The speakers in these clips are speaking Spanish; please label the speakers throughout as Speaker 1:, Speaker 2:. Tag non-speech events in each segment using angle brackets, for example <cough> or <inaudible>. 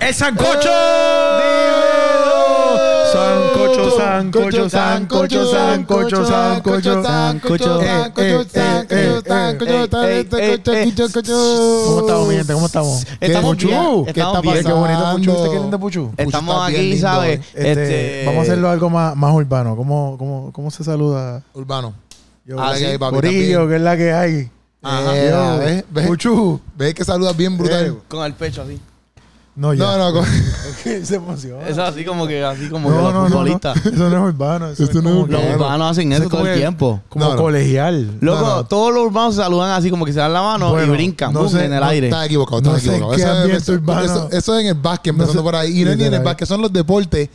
Speaker 1: ¡Es sancocho!
Speaker 2: Sancocho,
Speaker 3: sancocho, sancocho, sancocho, sancocho, sancocho,
Speaker 2: eh,
Speaker 3: este
Speaker 2: ¿Cómo estamos, mi gente? ¿Cómo estamos?
Speaker 3: Estamos
Speaker 2: Puchu,
Speaker 3: bien,
Speaker 2: ¿Qué
Speaker 3: estamos
Speaker 2: está pasando?
Speaker 3: bien.
Speaker 2: Qué bonito, Puchu. ¿Usted qué lindo, Puchu?
Speaker 3: Eh,
Speaker 2: Puchu
Speaker 3: Estamos
Speaker 2: está bien
Speaker 3: aquí,
Speaker 2: lindo,
Speaker 3: ¿sabes?
Speaker 2: eh. Este,
Speaker 3: Este-
Speaker 2: Vamos a hacerlo algo más, más urbano. ¿Cómo, cómo, cómo se saluda?
Speaker 3: Urbano.
Speaker 2: Yo,
Speaker 3: Ah, sí, papi,
Speaker 2: Corillo,
Speaker 3: también.
Speaker 2: que es la que hay.
Speaker 3: Ajá.
Speaker 2: Eh,
Speaker 3: Mira,
Speaker 2: yo,
Speaker 3: ¿ves? ¿ves?
Speaker 2: Puchu.
Speaker 3: ¿Ves que saludas bien
Speaker 2: Eh,
Speaker 3: brutal?
Speaker 1: Con el pecho así.
Speaker 2: No, ya. <laughs>
Speaker 3: No, no, co-
Speaker 2: se emociona.
Speaker 1: Es así como que, así como que
Speaker 2: No,
Speaker 1: los
Speaker 2: no, no, no.
Speaker 1: futbolistas.
Speaker 2: Eso no es urbano. Eso,
Speaker 3: Eso
Speaker 2: es
Speaker 3: no es
Speaker 2: como,
Speaker 3: urbano.
Speaker 1: Los
Speaker 2: que-
Speaker 3: Claro.
Speaker 1: urbanos hacen
Speaker 2: Eso
Speaker 1: eso
Speaker 2: es
Speaker 1: todo
Speaker 2: como
Speaker 1: el
Speaker 2: que-
Speaker 1: tiempo.
Speaker 2: como
Speaker 3: No, no.
Speaker 2: colegial.
Speaker 1: Loco,
Speaker 3: no, no.
Speaker 1: todos los urbanos se saludan así como que se dan la mano
Speaker 2: Bueno,
Speaker 1: y brincan
Speaker 2: no
Speaker 1: boom,
Speaker 2: sé,
Speaker 1: en el
Speaker 2: no
Speaker 1: aire.
Speaker 3: Estás equivocado,
Speaker 2: No
Speaker 3: estás
Speaker 2: sé
Speaker 3: equivocado.
Speaker 2: qué
Speaker 3: Eso, es-
Speaker 2: ambiente
Speaker 3: eso-
Speaker 2: urbano.
Speaker 3: eso- eso es en el básquet, empezando
Speaker 2: No sé,
Speaker 3: por ahí. Y no es ni en el
Speaker 2: literal.
Speaker 3: básquet, son los deportes.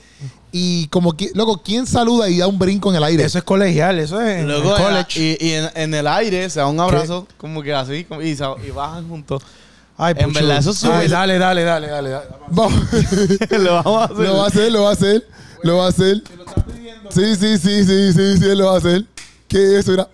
Speaker 3: Y como, que, loco, ¿quién saluda y da un brinco en el aire?
Speaker 2: Eso es colegial. Eso es en
Speaker 1: Luego,
Speaker 2: el
Speaker 1: en la-
Speaker 2: college.
Speaker 1: y, y en, en el aire se da un abrazo, como que así, como- y, se- y bajan juntos. <laughs>
Speaker 2: Ay,
Speaker 1: en verdad, eso sube.
Speaker 2: Ay, dale, dale, dale, dale. dale.
Speaker 3: <laughs> Vamos.
Speaker 1: lo vamos a hacer.
Speaker 3: Lo va a hacer, lo va a hacer, lo va a hacer. Sí, sí, sí, sí, sí, sí, él lo va a hacer. ¿Qué es eso? Era?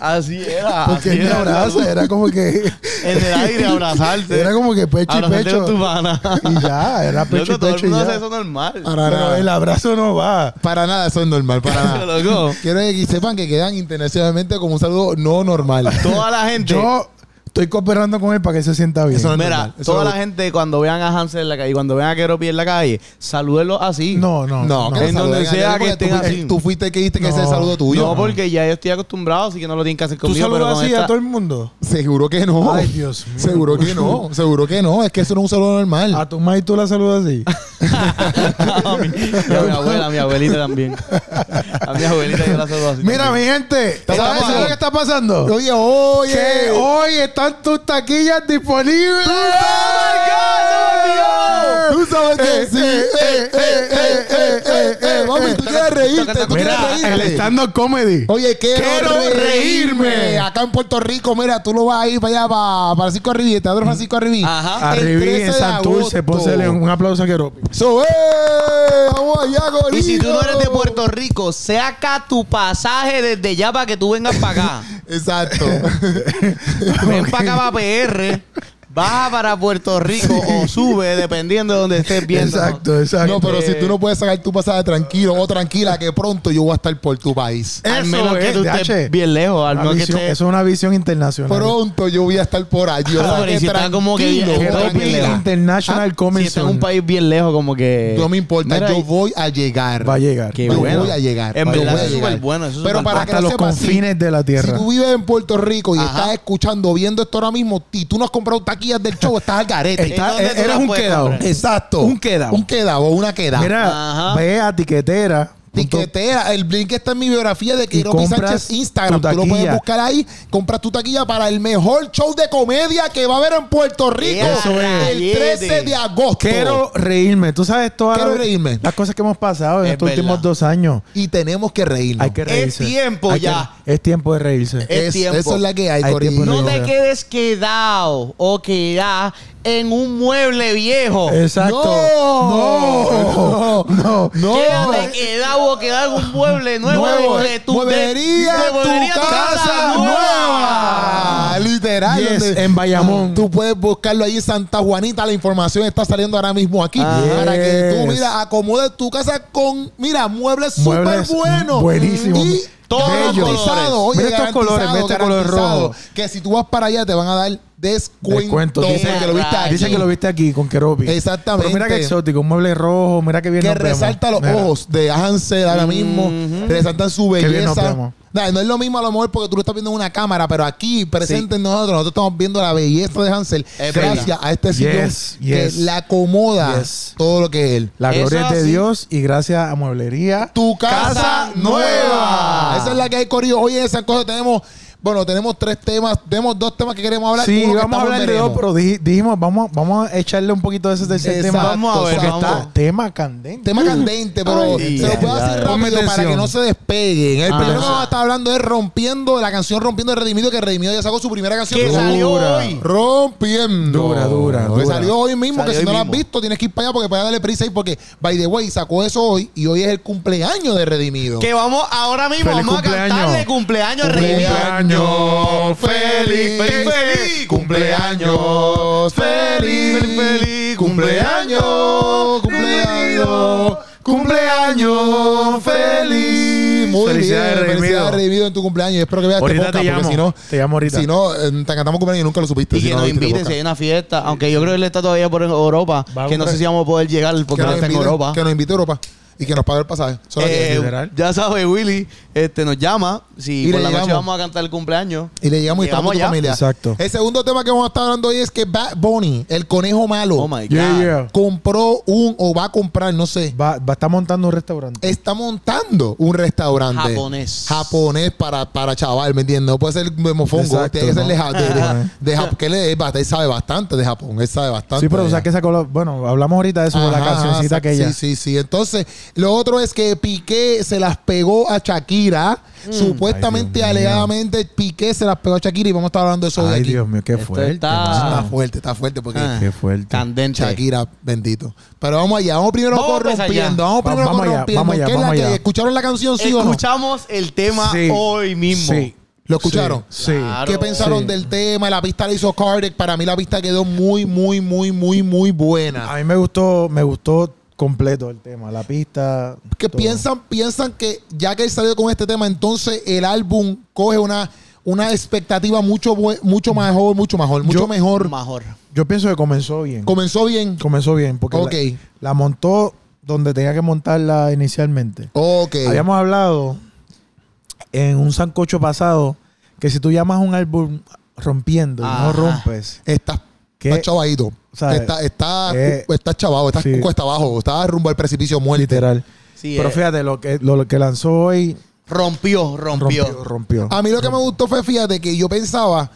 Speaker 1: Así era.
Speaker 2: Porque
Speaker 1: así
Speaker 2: él me
Speaker 1: era.
Speaker 2: abraza. Era como que...
Speaker 1: En el aire abrazarte.
Speaker 2: Era como que pecho y
Speaker 1: abrazarte
Speaker 2: pecho.
Speaker 1: con tu pana.
Speaker 2: Y ya, era pecho
Speaker 1: Loco,
Speaker 2: y
Speaker 1: todo el
Speaker 2: pecho y
Speaker 1: mundo hace
Speaker 2: ya.
Speaker 1: eso normal. <laughs>
Speaker 3: Para
Speaker 2: Pero el
Speaker 3: nada.
Speaker 2: abrazo no va.
Speaker 3: Para nada, eso es
Speaker 2: <laughs>
Speaker 3: normal, para nada.
Speaker 1: Loco,
Speaker 3: Quiero que sepan que quedan internacionalmente como un saludo no normal.
Speaker 1: toda la gente.
Speaker 2: Yo estoy cooperando con él para que se sienta bien.
Speaker 3: Eso no es normal.
Speaker 1: Mira,
Speaker 3: Eso
Speaker 1: toda
Speaker 3: no-
Speaker 1: la gente cuando vean a Hansel en la calle, cuando vean a Keropi en la calle, salúdenlo así.
Speaker 2: No, no.
Speaker 3: No, que
Speaker 1: En
Speaker 3: no
Speaker 1: donde
Speaker 3: saluden a
Speaker 1: sea
Speaker 3: nadie,
Speaker 1: que
Speaker 3: porque tú
Speaker 1: estén
Speaker 3: fuiste-
Speaker 1: así.
Speaker 3: Tú fuiste el que dijiste que ese es el saludo tuyo.
Speaker 1: No, porque ya yo estoy acostumbrado, así que no lo tienen que hacer
Speaker 2: ¿Tú
Speaker 1: conmigo. pero
Speaker 2: saludas
Speaker 1: con
Speaker 2: así
Speaker 1: esta-
Speaker 2: a todo el mundo?
Speaker 3: Seguro que no.
Speaker 2: Ay, Dios mío. Ah,
Speaker 3: Seguro que no, seguro que no. Es que eso no es un saludo normal.
Speaker 2: A tu maíz tú la saludas así.
Speaker 1: <laughs> a mi, y a mi abuela, a mi abuelita también. A mi abuelita yo la saludo así.
Speaker 2: Mira, mi
Speaker 1: también.
Speaker 2: gente. ¿Sabes
Speaker 3: pasando?
Speaker 2: lo que está pasando?
Speaker 3: Oye, oye.
Speaker 2: Que hoy están tus taquillas disponibles.
Speaker 3: Tú sabes que sí. Eh, eh, eh, eh, eh, eh, eh. Mami, tú quieres reírte, tú quieres
Speaker 2: Mira, el
Speaker 3: reírte.
Speaker 2: stand-up comedy.
Speaker 3: Oye, quiero,
Speaker 2: Quiero reírme.
Speaker 3: Acá en Puerto Rico, mira, tú lo vas a ir para allá, para, para Francisco Arribí, el Teatro Francisco Arribí.
Speaker 1: Ajá.
Speaker 3: el
Speaker 2: Arribí
Speaker 3: 13 de
Speaker 2: en Santurce,
Speaker 3: agosto.
Speaker 2: pónsele un aplauso a Keropi.
Speaker 3: So, eh, vamos allá,
Speaker 1: Y si tú no eres de
Speaker 3: gorillo.
Speaker 1: Puerto Rico, saca tu pasaje desde ya para que tú vengas para acá. <laughs>
Speaker 3: Exacto.
Speaker 1: Ven para acá para PR, baja para Puerto Rico o sube, dependiendo de donde estés viendo.
Speaker 2: Exacto, exacto. Eh,
Speaker 3: no, pero si tú no puedes sacar tu pasada tranquilo o tranquila, que pronto yo voy a estar por tu país.
Speaker 1: Al
Speaker 2: Eso
Speaker 1: menos que
Speaker 2: es,
Speaker 1: tú
Speaker 2: DH.
Speaker 1: estés bien lejos, al
Speaker 2: Una
Speaker 1: menos que
Speaker 2: visión-
Speaker 1: estés...
Speaker 2: Eso es una visión internacional.
Speaker 3: Pronto yo voy a estar por allí. O
Speaker 1: Ah,
Speaker 3: sea,
Speaker 1: pero y
Speaker 3: que
Speaker 1: si está como que
Speaker 3: tranquilo, oh,
Speaker 1: bien-
Speaker 3: o
Speaker 1: que
Speaker 2: Keropi
Speaker 1: tranquila.
Speaker 2: International
Speaker 1: Ah,
Speaker 2: Comedy
Speaker 1: Si está en un
Speaker 2: Zone.
Speaker 1: país bien lejos, como que...
Speaker 3: No me importa,
Speaker 1: Mira,
Speaker 3: yo
Speaker 1: y-
Speaker 3: voy a llegar.
Speaker 2: Va a llegar.
Speaker 1: Qué
Speaker 2: Va a
Speaker 3: yo
Speaker 1: bueno.
Speaker 3: voy a llegar.
Speaker 1: En
Speaker 3: yo
Speaker 1: verdad
Speaker 3: voy a
Speaker 1: es
Speaker 3: llegar.
Speaker 1: superbueno, eso es
Speaker 3: Pero
Speaker 1: superbueno.
Speaker 3: para
Speaker 2: hasta
Speaker 3: que lo
Speaker 2: los
Speaker 3: sepas, sí,
Speaker 2: confines de la
Speaker 3: Si
Speaker 2: tierra.
Speaker 3: tú vives en Puerto Rico y
Speaker 1: Ajá.
Speaker 3: estás escuchando, viendo esto ahora mismo, y tú no has comprado taquillas del show, estás al garete.
Speaker 1: Está- ¿En dónde tú
Speaker 2: eres
Speaker 1: la
Speaker 2: un
Speaker 1: puedes
Speaker 2: quedado.
Speaker 1: comprar?
Speaker 3: Exacto.
Speaker 2: Un quedado.
Speaker 3: Un quedado o una quedada.
Speaker 2: Mira,
Speaker 1: Ajá.
Speaker 2: ve a tiquetera.
Speaker 3: Tiquetera, el link está en mi biografía de Kiropi
Speaker 2: compras
Speaker 3: Sánchez Instagram.
Speaker 2: tu
Speaker 3: Tú lo puedes
Speaker 2: taquilla.
Speaker 3: buscar ahí. Compras tu taquilla para el mejor show de comedia que va a haber en Puerto Rico.
Speaker 1: Eso es.
Speaker 3: El 13 de agosto.
Speaker 2: Quiero reírme. Tú sabes todas
Speaker 3: Quiero
Speaker 2: las-
Speaker 3: reírme.
Speaker 2: las cosas que hemos pasado en
Speaker 1: Es
Speaker 2: estos
Speaker 1: verdad.
Speaker 2: últimos dos años.
Speaker 3: Y tenemos que reírnos.
Speaker 2: Hay que reírse.
Speaker 1: tiempo
Speaker 2: Hay que-
Speaker 1: ya.
Speaker 2: es tiempo de reírse.
Speaker 1: Es
Speaker 3: Es-
Speaker 1: tiempo.
Speaker 3: Eso es la que hay,
Speaker 2: Hay
Speaker 3: Corillo.
Speaker 2: tiempo
Speaker 1: No
Speaker 2: de
Speaker 1: te
Speaker 2: Mira.
Speaker 1: quedes quedado o quedada en un mueble viejo.
Speaker 2: Exacto.
Speaker 3: No.
Speaker 2: No. No.
Speaker 3: No.
Speaker 1: Quédate quedado o quedado en un mueble nuevo.
Speaker 3: Nuevo,
Speaker 1: de tu, de-
Speaker 3: mueblería
Speaker 1: de
Speaker 3: tu
Speaker 1: mueblería tu
Speaker 3: casa nueva. Literal.
Speaker 2: Yes,
Speaker 3: donde-
Speaker 2: en Bayamón.
Speaker 3: Tú puedes buscarlo ahí en Santa Juanita. La información está saliendo ahora mismo aquí.
Speaker 2: Ah,
Speaker 3: para que tú,
Speaker 2: yes.
Speaker 3: mira, acomodes tu casa con, mira, muebles súper
Speaker 2: Muebles
Speaker 3: buenos.
Speaker 2: buenísimos.
Speaker 3: Y
Speaker 1: Todos los colores.
Speaker 3: garantizado. Oye,
Speaker 2: Mira estos colores,
Speaker 3: garantizado,
Speaker 2: ve este color
Speaker 3: garantizado,
Speaker 2: rojo.
Speaker 3: Que si tú vas para allá te van a dar descuento.
Speaker 2: Descuento. Dice-
Speaker 3: porque lo viste
Speaker 1: Rayos.
Speaker 2: Dice
Speaker 3: aquí.
Speaker 2: que lo viste aquí con Keropi.
Speaker 3: Exactamente.
Speaker 2: Pero mira qué exótico. Un mueble rojo. Mira qué bien.
Speaker 3: que
Speaker 2: nos vemos.
Speaker 3: resalta los
Speaker 2: Mira. Mm-hmm.
Speaker 3: ojos de Hansel ahora mismo, resaltan su
Speaker 2: Qué bien nos
Speaker 3: belleza.
Speaker 2: vemos.
Speaker 3: Nah, no es lo mismo a lo mejor porque tú lo estás viendo en una cámara, pero aquí presente en nosotros, nosotros estamos viendo la belleza de Hansel
Speaker 1: Es
Speaker 3: gracias
Speaker 1: verdad.
Speaker 3: a este sillón
Speaker 2: Yes,
Speaker 3: que
Speaker 2: yes.
Speaker 3: le acomoda
Speaker 2: Yes.
Speaker 3: todo lo que es él.
Speaker 2: La
Speaker 1: Eso
Speaker 2: gloria es de
Speaker 1: así.
Speaker 2: Dios y gracias a Mueblería.
Speaker 3: Tu casa,
Speaker 1: Casa
Speaker 3: nueva.
Speaker 1: nueva.
Speaker 3: Esa es la que hay, Corillo. Hoy en esa cosa tenemos, bueno, tenemos tres temas, tenemos dos temas que queremos hablar.
Speaker 2: Sí,
Speaker 3: uno que
Speaker 2: vamos a
Speaker 3: estamos
Speaker 2: hablar de
Speaker 3: veremos.
Speaker 2: dos, pero dij- dijimos, vamos, vamos a echarle un poquito de ese tercer
Speaker 3: Exacto,
Speaker 2: tema.
Speaker 1: Vamos a ver,
Speaker 2: porque
Speaker 1: vamos a
Speaker 2: está
Speaker 1: ver.
Speaker 2: tema candente.
Speaker 3: tema candente, pero
Speaker 1: Ay,
Speaker 3: se lo puedo
Speaker 2: ya,
Speaker 3: hacer
Speaker 2: ya. Ponme
Speaker 3: rápido para
Speaker 2: atención.
Speaker 3: que no se despeguen. El
Speaker 2: Ah,
Speaker 3: primero que
Speaker 2: ya.
Speaker 3: vamos a estar hablando es Rompiendo, la canción Rompiendo de Redimido, que Redimido ya sacó su primera canción.
Speaker 1: Que
Speaker 3: que
Speaker 1: salió
Speaker 2: Dura.
Speaker 1: hoy.
Speaker 3: Rompiendo.
Speaker 2: Dura, dura,
Speaker 3: Que
Speaker 2: dura.
Speaker 3: salió hoy mismo,
Speaker 1: Salió
Speaker 3: que si
Speaker 1: hoy
Speaker 3: no lo has
Speaker 1: mismo.
Speaker 3: visto, tienes que ir para allá porque para darle prisa ahí, porque, by the way, sacó eso hoy y hoy es el cumpleaños de Redimido.
Speaker 1: Que vamos ahora mismo
Speaker 2: Feliz
Speaker 1: vamos a
Speaker 2: cumpleaños.
Speaker 1: cantarle cumpleaños a Rey.
Speaker 2: Cumpleaños.
Speaker 3: Cumpleaños feliz,
Speaker 1: Feliz, feliz.
Speaker 3: cumpleaños feliz,
Speaker 1: Feliz, feliz.
Speaker 3: cumpleaños, cumpleaños, cumpleaños feliz. Muy
Speaker 4: Felicidades,
Speaker 3: bien,
Speaker 4: Redimido.
Speaker 3: felicidades, Redimido, en tu cumpleaños. Espero que veas este
Speaker 4: Ahorita te
Speaker 3: podcast, porque
Speaker 4: llamo.
Speaker 3: si no,
Speaker 2: Te llamo ahorita.
Speaker 3: si no, eh, te cantamos cumpleaños y nunca lo supiste.
Speaker 1: Y
Speaker 3: si
Speaker 1: que
Speaker 3: no
Speaker 1: nos
Speaker 3: viste el
Speaker 1: inviten si
Speaker 3: podcast.
Speaker 1: hay una fiesta. Aunque yo creo que él está todavía por Europa.
Speaker 2: Va,
Speaker 1: que no
Speaker 2: hombre.
Speaker 1: sé si vamos a poder llegar porque
Speaker 3: que,
Speaker 1: no
Speaker 3: nos
Speaker 1: está en
Speaker 3: invite,
Speaker 1: Europa.
Speaker 3: que nos invite a Europa y que nos pague el pasaje. Solo
Speaker 1: Eh,
Speaker 3: que-
Speaker 2: Literal.
Speaker 1: ya sabe, Willy, este, nos llama. Si
Speaker 3: Y
Speaker 1: por
Speaker 3: le
Speaker 1: la noche
Speaker 3: llegamos.
Speaker 1: vamos a cantar el cumpleaños.
Speaker 3: y le llegamos y
Speaker 1: llegamos
Speaker 3: estamos con tu
Speaker 1: ya.
Speaker 3: familia.
Speaker 2: Exacto.
Speaker 3: El segundo tema que vamos a estar hablando hoy es que Bad Bunny, el conejo malo,
Speaker 1: Oh my God.
Speaker 2: Yeah, yeah.
Speaker 3: compró un o va a comprar, no sé,
Speaker 2: Va, va- está montando un restaurante.
Speaker 3: está montando un restaurante
Speaker 1: Japonés.
Speaker 3: japonés para, para chaval, ¿me entiendes? No puede ser mofongo,
Speaker 2: Exacto,
Speaker 3: tiene que ser
Speaker 2: ¿no?
Speaker 3: de, ja- de,
Speaker 2: Ajá.
Speaker 3: Japón, que él, es bast- él sabe bastante de Japón, él sabe bastante.
Speaker 2: Sí, pero
Speaker 3: de
Speaker 2: o sea que sacó la- Bueno, hablamos ahorita de eso, de la
Speaker 3: Ajá,
Speaker 2: cancioncita
Speaker 3: ajá,
Speaker 2: que ella.
Speaker 3: Sí, sí, sí. Entonces, lo otro es que Piqué se las pegó a Shakira.
Speaker 1: Mm.
Speaker 3: Supuestamente,
Speaker 2: Ay, Dios mío.
Speaker 3: alegadamente, Piqué se las pegó a Shakira y vamos a estar hablando de eso hoy
Speaker 2: Ay,
Speaker 3: aquí. Ah,
Speaker 2: Dios mío, qué
Speaker 1: Esto
Speaker 2: fuerte.
Speaker 1: está-
Speaker 2: mano.
Speaker 3: Está fuerte, está fuerte porque
Speaker 1: Ah.
Speaker 2: Qué fuerte.
Speaker 1: Candente.
Speaker 3: Shakira, bendito. Pero vamos allá, vamos primero
Speaker 1: Vamos a empezar
Speaker 3: corrompiendo,
Speaker 1: ya.
Speaker 3: vamos primero
Speaker 2: Vamos allá,
Speaker 3: corrompiendo.
Speaker 2: vamos allá,
Speaker 3: ¿Qué es la
Speaker 2: vamos
Speaker 3: que hay?
Speaker 2: allá.
Speaker 3: ¿Escucharon la canción, sí o no?
Speaker 1: Escuchamos el tema
Speaker 2: Sí.
Speaker 1: hoy mismo.
Speaker 2: Sí.
Speaker 3: ¿Lo escucharon?
Speaker 2: Sí.
Speaker 1: Claro.
Speaker 3: ¿Qué pensaron
Speaker 2: Sí.
Speaker 3: del tema? La pista la hizo Kardec. Para mí la pista quedó muy, muy, muy, muy, muy buena.
Speaker 2: A mí me gustó, me gustó completo el tema, la pista.
Speaker 3: que
Speaker 2: todo.
Speaker 3: piensan, piensan que ya que él salió con este tema, entonces el álbum coge una, una expectativa mucho, bue- mucho mejor, mucho mejor, mucho
Speaker 2: Mm. Yo-
Speaker 3: mejor.
Speaker 1: Mejor.
Speaker 2: Yo pienso que comenzó bien.
Speaker 3: Comenzó bien.
Speaker 2: comenzó bien porque la-
Speaker 3: Ok.
Speaker 2: la, montó donde tenía que montarla inicialmente.
Speaker 3: Ok.
Speaker 2: Habíamos hablado en un sancocho pasado que si tú llamas un álbum rompiendo y
Speaker 1: Ajá.
Speaker 2: no rompes,
Speaker 3: Está,
Speaker 2: ¿Qué?
Speaker 3: está chavadito.
Speaker 2: ¿Sabes?
Speaker 3: Está, está,
Speaker 2: Eh,
Speaker 3: está chavado, está
Speaker 2: sí.
Speaker 3: cuesta abajo, está rumbo al precipicio muerte.
Speaker 2: literal.
Speaker 1: Sí,
Speaker 2: Pero
Speaker 1: eh,
Speaker 2: fíjate, lo que, lo, lo que lanzó hoy
Speaker 1: rompió, rompió.
Speaker 2: rompió. rompió.
Speaker 3: A mí lo que me gustó fue, fíjate, que yo pensaba,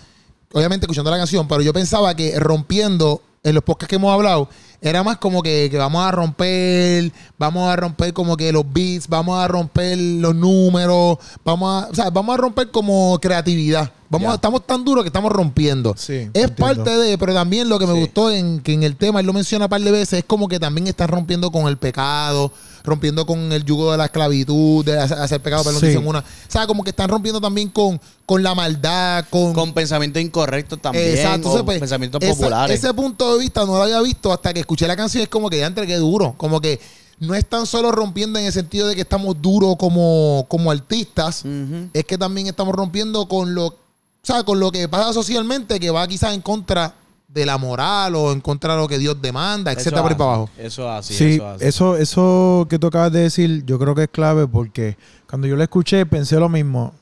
Speaker 3: obviamente escuchando la canción, pero yo pensaba que rompiendo en los podcasts que hemos hablado, era más como que, que vamos a romper, vamos a romper como que los beats, vamos a romper los números, vamos a, o sea, vamos a romper como creatividad. Vamos,
Speaker 1: Ya.
Speaker 3: a- estamos tan duros que estamos rompiendo.
Speaker 2: Sí,
Speaker 3: es
Speaker 2: entiendo.
Speaker 3: parte de, pero también lo que me
Speaker 1: Sí.
Speaker 3: gustó en que en el tema, él lo menciona un par de veces, es como que también está rompiendo con el pecado, rompiendo con el yugo de la esclavitud, de hacer, hacer pecado, perdón,
Speaker 2: Sí.
Speaker 3: dicen una. O sea, como que están rompiendo también con, con la maldad, con.
Speaker 1: Con pensamiento incorrecto también.
Speaker 3: Exacto,
Speaker 1: o
Speaker 3: entonces, pues,
Speaker 1: pensamientos
Speaker 3: esa-
Speaker 1: populares.
Speaker 3: Ese punto de vista no lo había visto hasta que escuché la canción. Es como que ya entre que duro. Como que no es tan solo rompiendo en el sentido de que estamos duros como, como artistas.
Speaker 1: Ujú.
Speaker 3: Es que también estamos rompiendo con lo, o sea, con lo que pasa socialmente, que va quizás en contra de la moral o en contra de lo que Dios demanda,
Speaker 1: Eso
Speaker 3: etcétera, por ahí
Speaker 1: hace,
Speaker 3: para abajo.
Speaker 1: Eso así,
Speaker 2: Sí,
Speaker 1: eso así.
Speaker 2: eso, eso que tú acabas de decir, yo creo que es clave porque cuando yo lo escuché pensé lo mismo.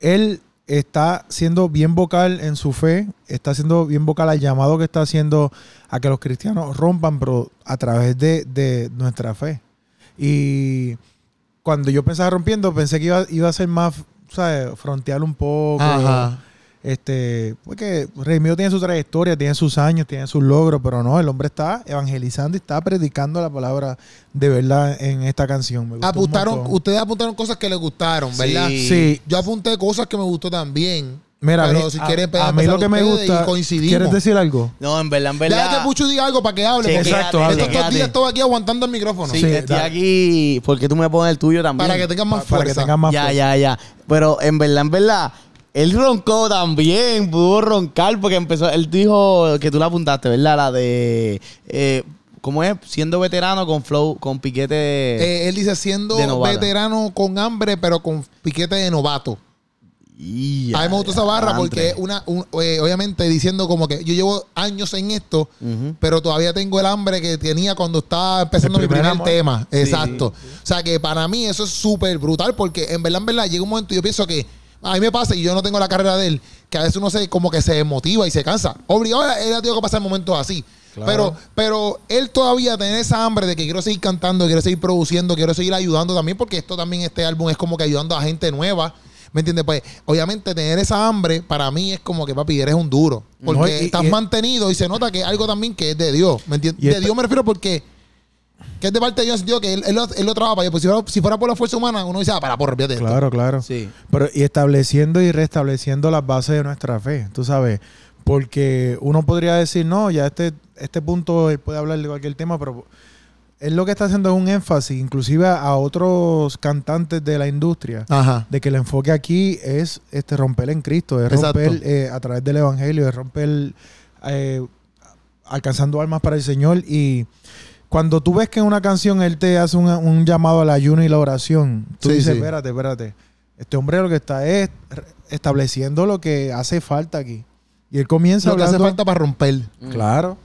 Speaker 2: Él está siendo bien vocal en su fe, está siendo bien vocal al llamado que está haciendo a que los cristianos rompan, pero a través de, de nuestra fe. Y cuando yo pensaba rompiendo, pensé que iba, iba a ser más, ¿sabes? Frontear un poco.
Speaker 3: Ajá.
Speaker 2: Este, porque Rey Mío tiene su trayectoria, tiene sus años, tiene sus logros, pero no, el hombre está evangelizando y está predicando la palabra de verdad en esta canción. Me gustó un
Speaker 3: Apuntaron,
Speaker 2: montón.
Speaker 3: ustedes apuntaron cosas que les gustaron, ¿verdad?
Speaker 1: Sí.
Speaker 2: Sí,
Speaker 3: Yo apunté cosas que me gustó también.
Speaker 2: mira, a
Speaker 3: pero
Speaker 2: mí-
Speaker 3: si
Speaker 2: a-
Speaker 3: quieren
Speaker 2: a, mí lo que me gusta.
Speaker 3: coincidimos.
Speaker 2: ¿Quieres decir algo?
Speaker 1: No, en verdad, en
Speaker 3: Deja
Speaker 1: verdad.
Speaker 3: que Puchu diga algo para que hable. porque
Speaker 1: Chequéate,
Speaker 2: Exacto, habla.
Speaker 3: Estos dos
Speaker 1: chequéate.
Speaker 3: días estoy aquí aguantando el micrófono.
Speaker 1: Sí,
Speaker 2: Sí,
Speaker 1: estoy
Speaker 2: dale.
Speaker 1: aquí porque tú me pones el tuyo también.
Speaker 3: Para que tengan más
Speaker 2: Pa- para que
Speaker 3: fuerza.
Speaker 2: tengan más
Speaker 1: ya,
Speaker 2: fuerza.
Speaker 1: ya, ya. Pero en verdad, en verdad, él roncó también, pudo roncar porque empezó, él dijo que tú la apuntaste, ¿verdad? La de, eh, ¿cómo es? Siendo veterano con flow, con piquete.
Speaker 3: Eh, él dice
Speaker 1: De
Speaker 3: siendo
Speaker 1: novata.
Speaker 3: veterano con hambre, pero con piquete de novato.
Speaker 1: Y
Speaker 3: a mí me gustó esa barra
Speaker 1: Andre.
Speaker 3: porque es una, un- eh, obviamente diciendo como que yo llevo años en esto,
Speaker 1: Ujú.
Speaker 3: pero todavía tengo el hambre que tenía cuando estaba empezando
Speaker 2: El
Speaker 3: mi
Speaker 2: primer
Speaker 3: primer
Speaker 2: amor.
Speaker 3: tema. Exacto. O sea que para mí eso es súper brutal porque en verdad, en verdad, llega un momento y yo pienso que a mí me pasa y yo no tengo la carrera de él, que a veces uno se como que se desmotiva y se cansa. Obligado era- él ha tenido que pasar momentos así. Pero, pero él todavía tiene esa hambre de que quiero seguir cantando, quiero seguir produciendo, quiero seguir ayudando también, porque esto también, este álbum es como que ayudando a gente nueva. ¿Me entiendes? Pues, obviamente, tener esa hambre para mí es como que, papi, eres un duro. Porque
Speaker 2: No, y-
Speaker 3: estás
Speaker 2: y-
Speaker 3: mantenido y se nota que es algo también que es de Dios. ¿Me entiendes?
Speaker 2: Y
Speaker 3: De
Speaker 2: esta-
Speaker 3: Dios me refiero porque. Que es de parte de Dios en el sentido que él, él lo, él lo trabaja. para Dios. Pues, si, fuera, si fuera por la fuerza humana, uno dice, ah, para, por, olvídate de esto.
Speaker 2: Claro, claro.
Speaker 1: Sí.
Speaker 2: Pero, y estableciendo y restableciendo las bases de nuestra fe, tú sabes. Porque uno podría decir, no, ya este, este punto él puede hablar de cualquier tema, pero él lo que está haciendo es un énfasis, inclusive a, a otros cantantes de la industria,
Speaker 3: Ajá.
Speaker 2: de que el enfoque aquí es este romper en Cristo, es
Speaker 3: Exacto.
Speaker 2: romper eh, a través del Evangelio, es romper eh, alcanzando almas para el Señor. Y cuando tú ves que en una canción Él te hace una- un, llamado al ayuno y la oración, tú
Speaker 3: Sí,
Speaker 2: dices,
Speaker 3: sí.
Speaker 2: espérate, espérate, este hombre lo que está es re- estableciendo lo que hace falta aquí. Y él comienza
Speaker 3: Lo que hace
Speaker 2: hablando...
Speaker 3: falta para romper.
Speaker 2: Claro,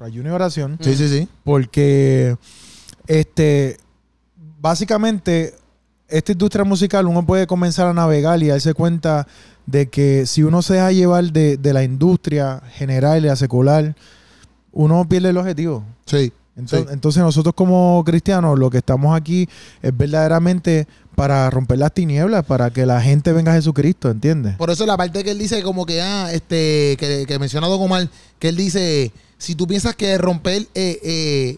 Speaker 2: ayuno y oración
Speaker 3: Sí, sí, sí.
Speaker 2: porque este básicamente esta industria musical uno puede comenzar a navegar y darse cuenta de que si uno se deja llevar de, de la industria general y la secular, uno pierde el objetivo.
Speaker 3: Sí.
Speaker 2: Ento-
Speaker 3: Sí.
Speaker 2: Entonces, nosotros como cristianos lo que estamos aquí es verdaderamente para romper las tinieblas, para que la gente venga a Jesucristo, ¿entiendes?
Speaker 3: Por eso la parte que él dice, como que, ah, este, que, que menciona Don Omar, que él dice, si tú piensas que romper, eh, eh,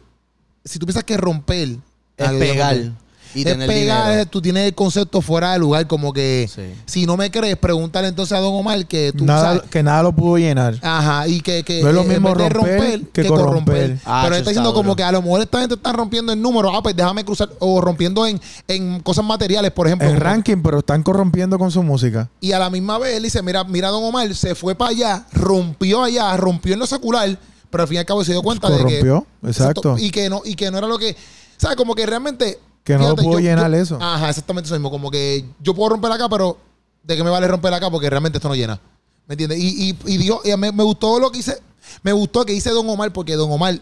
Speaker 3: si tú piensas que romper...
Speaker 1: Es
Speaker 3: algo,
Speaker 1: pegar.
Speaker 3: como
Speaker 1: Y
Speaker 3: que- es
Speaker 1: tener
Speaker 3: pegar,
Speaker 1: dinero.
Speaker 3: es- tú tienes el concepto fuera de lugar, como que,
Speaker 1: Sí.
Speaker 3: si no me crees, pregúntale entonces a Don Omar que tú
Speaker 2: Nada,
Speaker 3: sabes-
Speaker 2: que nada lo pudo llenar.
Speaker 3: Ajá, y que, que eh,
Speaker 2: No es lo
Speaker 3: en vez
Speaker 2: mismo
Speaker 3: de
Speaker 2: romper que corromper.
Speaker 1: Ah,
Speaker 3: Pero
Speaker 1: eso
Speaker 3: está
Speaker 1: está
Speaker 3: diciendo como
Speaker 1: duro.
Speaker 3: que a lo mejor esta gente está rompiendo en números. Ah, pues déjame cruzar. O rompiendo en, en cosas materiales, por ejemplo.
Speaker 2: El
Speaker 3: Como-
Speaker 2: ranking, pero están corrompiendo con su música.
Speaker 3: Y a la misma vez él dice: Mira, mira, don Omar, se fue para allá, rompió allá, rompió en lo secular, pero al fin y al cabo se dio cuenta de que.
Speaker 2: Corrompió, exacto.
Speaker 3: Y que no, y que no era lo que. ¿Sabes? Como que realmente.
Speaker 2: Que no lo pudo llenar eso.
Speaker 3: Ajá, exactamente eso mismo. Como que yo puedo romper acá, pero ¿de qué me vale romper acá? Porque realmente esto no llena. ¿Me entiendes? Y, y, y dijo, y me, me gustó lo que hice. Me gustó que hice Don Omar, porque Don Omar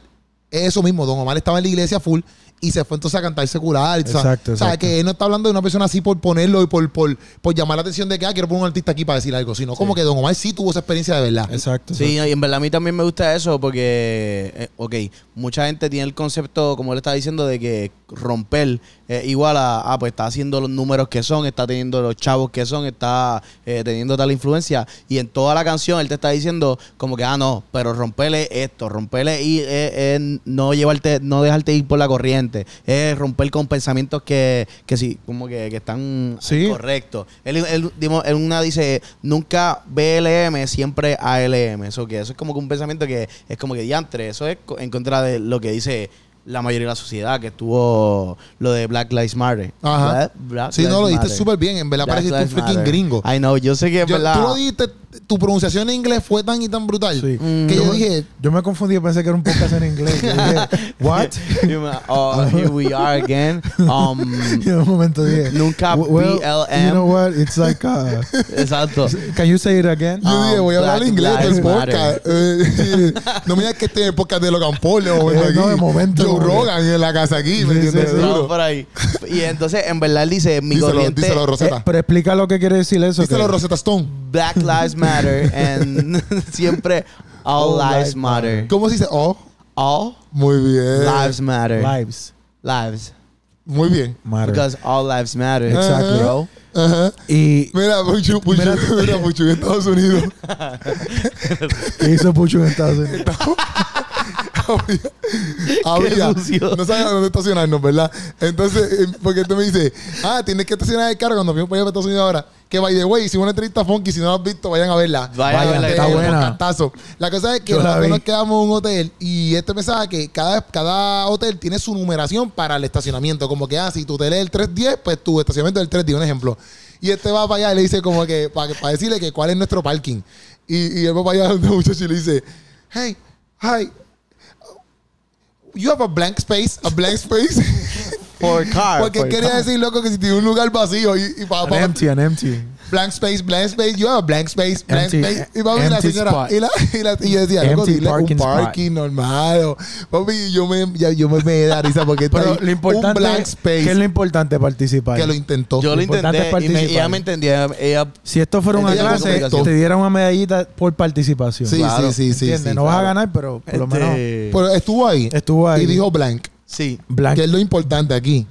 Speaker 3: es eso mismo. Don Omar estaba en la iglesia full y se fue entonces a cantar secular. o sea,
Speaker 2: Exacto,
Speaker 3: O sea,
Speaker 2: exacto.
Speaker 3: que él no está hablando de una persona así por ponerlo y por, por, por llamar la atención de que ah, quiero poner un artista aquí para decir algo. Sino como que Don Omar sí tuvo esa experiencia de verdad.
Speaker 2: Exacto.
Speaker 1: Sí, y en verdad a mí también me gusta eso porque, eh, ok, mucha gente tiene el concepto, como él estaba diciendo, de que romper es igual a, ah, pues está haciendo los números que son, está teniendo los chavos que son, está eh, teniendo tal influencia. Y en toda la canción él te está diciendo como que, ah, no, pero romperle esto, romperle y eh, eh, no llevarte, no dejarte ir por la corriente, es romper con pensamientos que, que sí, como que, que están
Speaker 2: Sí.
Speaker 1: correctos. Correcto. Él, él- dimo- en una dice, nunca BLM, siempre ALM. Eso que eso es como que un pensamiento que es como que diantre. Eso es co- en contra de lo que dice la mayoría de la sociedad, que estuvo lo de Black Lives Matter.
Speaker 3: Ajá.
Speaker 1: Black- Black
Speaker 3: Sí, no,
Speaker 1: Lives
Speaker 3: lo dijiste
Speaker 1: Matter.
Speaker 3: súper bien. En verdad
Speaker 1: Black
Speaker 3: pareciste un
Speaker 1: Lives
Speaker 3: freaking
Speaker 1: Matter.
Speaker 3: gringo.
Speaker 1: Ay, no, yo sé que es
Speaker 3: Yo-
Speaker 1: verdad.
Speaker 3: tú
Speaker 1: <laughs>
Speaker 3: lo dijiste, tu pronunciación en inglés fue tan y tan brutal
Speaker 2: Sí. Mm.
Speaker 3: que yo
Speaker 2: me-
Speaker 3: dije,
Speaker 2: yo me confundí, yo pensé que era un podcast en inglés. Yo
Speaker 3: <laughs>
Speaker 2: dije, ¿what?
Speaker 1: You ma- oh, here we are again. Um,
Speaker 3: <laughs>
Speaker 2: Y en un momento dije,
Speaker 1: Nunca BLM.
Speaker 2: You know what? It's like, uh, <laughs>
Speaker 1: exacto.
Speaker 2: can you say it again?
Speaker 3: Yo dije,
Speaker 1: Um,
Speaker 3: voy a hablar
Speaker 1: Black
Speaker 3: inglés en el
Speaker 1: Lives
Speaker 3: podcast.
Speaker 1: Matter.
Speaker 3: Eh, no me digas que este es el podcast de Logan Paul. de momento
Speaker 2: Eh,
Speaker 3: aquí.
Speaker 2: no, de momento,
Speaker 3: Joe
Speaker 2: como que-
Speaker 3: Rogan en la casa aquí, ¿me
Speaker 2: Sí, sí,
Speaker 3: entiendes?
Speaker 2: sí.
Speaker 1: Vamos
Speaker 3: Seguro.
Speaker 1: por ahí. Y entonces, en verdad, él dice, mi
Speaker 3: díselo,
Speaker 1: corriente...
Speaker 3: díselo,
Speaker 2: Eh,
Speaker 3: Rosetta.
Speaker 2: pero explica lo que quiere decir eso.
Speaker 3: díselo,
Speaker 2: que-
Speaker 3: Rosetta Stone.
Speaker 1: Black Lives
Speaker 2: <laughs>
Speaker 1: Matter and <laughs> siempre All,
Speaker 2: All
Speaker 1: Lives
Speaker 2: lives Eh,
Speaker 1: Matter.
Speaker 3: ¿Cómo se dice? Oh,
Speaker 1: All
Speaker 3: muy bien.
Speaker 1: Lives Matter.
Speaker 2: Lives
Speaker 1: Lives.
Speaker 3: Muy bien.
Speaker 2: matter.
Speaker 1: Because all lives matter.
Speaker 2: Exactly.
Speaker 1: Bro.
Speaker 3: Ajá.
Speaker 2: Y
Speaker 3: Mira, Puchu, Puchu, <laughs> mira, Puchu, en
Speaker 1: <laughs>
Speaker 3: Estados Unidos.
Speaker 2: ¿qué hizo Pucho en Estados
Speaker 3: <laughs>
Speaker 2: Unidos.
Speaker 3: Había,
Speaker 1: sucio.
Speaker 3: no sabía dónde estacionarnos, ¿verdad? Entonces, eh, porque tú me dices, ah, tienes que estacionar el carro cuando fuimos para allá para Estados Unidos ahora. Que by the way, si una entrevista funky, si no la has visto, vayan a verla.
Speaker 1: Vayan a verla,
Speaker 3: que
Speaker 1: está
Speaker 3: es un
Speaker 2: buena.
Speaker 3: podcastazo. La cosa es que
Speaker 2: Yo la
Speaker 3: nosotros
Speaker 2: vi.
Speaker 3: nos quedamos en un hotel y este pensaba que cada, cada hotel tiene su numeración para el estacionamiento. Como que, ah, si tu hotel es el 310, pues tu estacionamiento es el 310, un ejemplo. Y este va para allá y le dice como que, para, para decirle que cuál es nuestro parking. Y, y él va para allá <laughs> donde un muchacho y le dice, hey, hi, you have a blank space, a
Speaker 2: <laughs>
Speaker 3: blank space.
Speaker 1: For
Speaker 2: Ah,
Speaker 1: car.
Speaker 3: Porque
Speaker 1: for
Speaker 2: pues,
Speaker 3: quería
Speaker 1: car.
Speaker 3: decir, loco, que si tiene un lugar vacío y, y pa-
Speaker 2: An
Speaker 3: pa-
Speaker 2: empty, an empty.
Speaker 3: blank space, blank space, you have a blank space, blank
Speaker 2: Empty-
Speaker 3: space. Y papi, la
Speaker 2: empty
Speaker 3: señora,
Speaker 2: spot.
Speaker 3: y, la, y, la- y yo decía, loco,
Speaker 2: Empty
Speaker 3: dile un
Speaker 2: parking spot.
Speaker 3: parking normal. o- Papi, y yo me, ya- yo me, me da risa porque está
Speaker 2: Pero
Speaker 3: ahí
Speaker 2: lo importante,
Speaker 3: un blank space
Speaker 2: ¿qué es lo importante participar?
Speaker 3: que lo intentó.
Speaker 1: Yo lo
Speaker 2: Lo importante
Speaker 1: intenté
Speaker 2: es
Speaker 1: y me- ella
Speaker 2: participar.
Speaker 1: me entendía. Ella,
Speaker 2: si esto fuera una
Speaker 1: Ella
Speaker 3: tuvo
Speaker 2: clase,
Speaker 1: complicación.
Speaker 2: te diera una medallita por participación.
Speaker 3: sí,
Speaker 1: Claro,
Speaker 3: sí, sí, sí,
Speaker 2: ¿Entiendes?
Speaker 3: sí.
Speaker 2: no vas a ganar, pero por lo menos
Speaker 1: Este,
Speaker 3: Pero estuvo ahí,
Speaker 2: estuvo ahí.
Speaker 3: y dijo blank,
Speaker 1: sí.
Speaker 2: blank,
Speaker 3: que es lo importante aquí.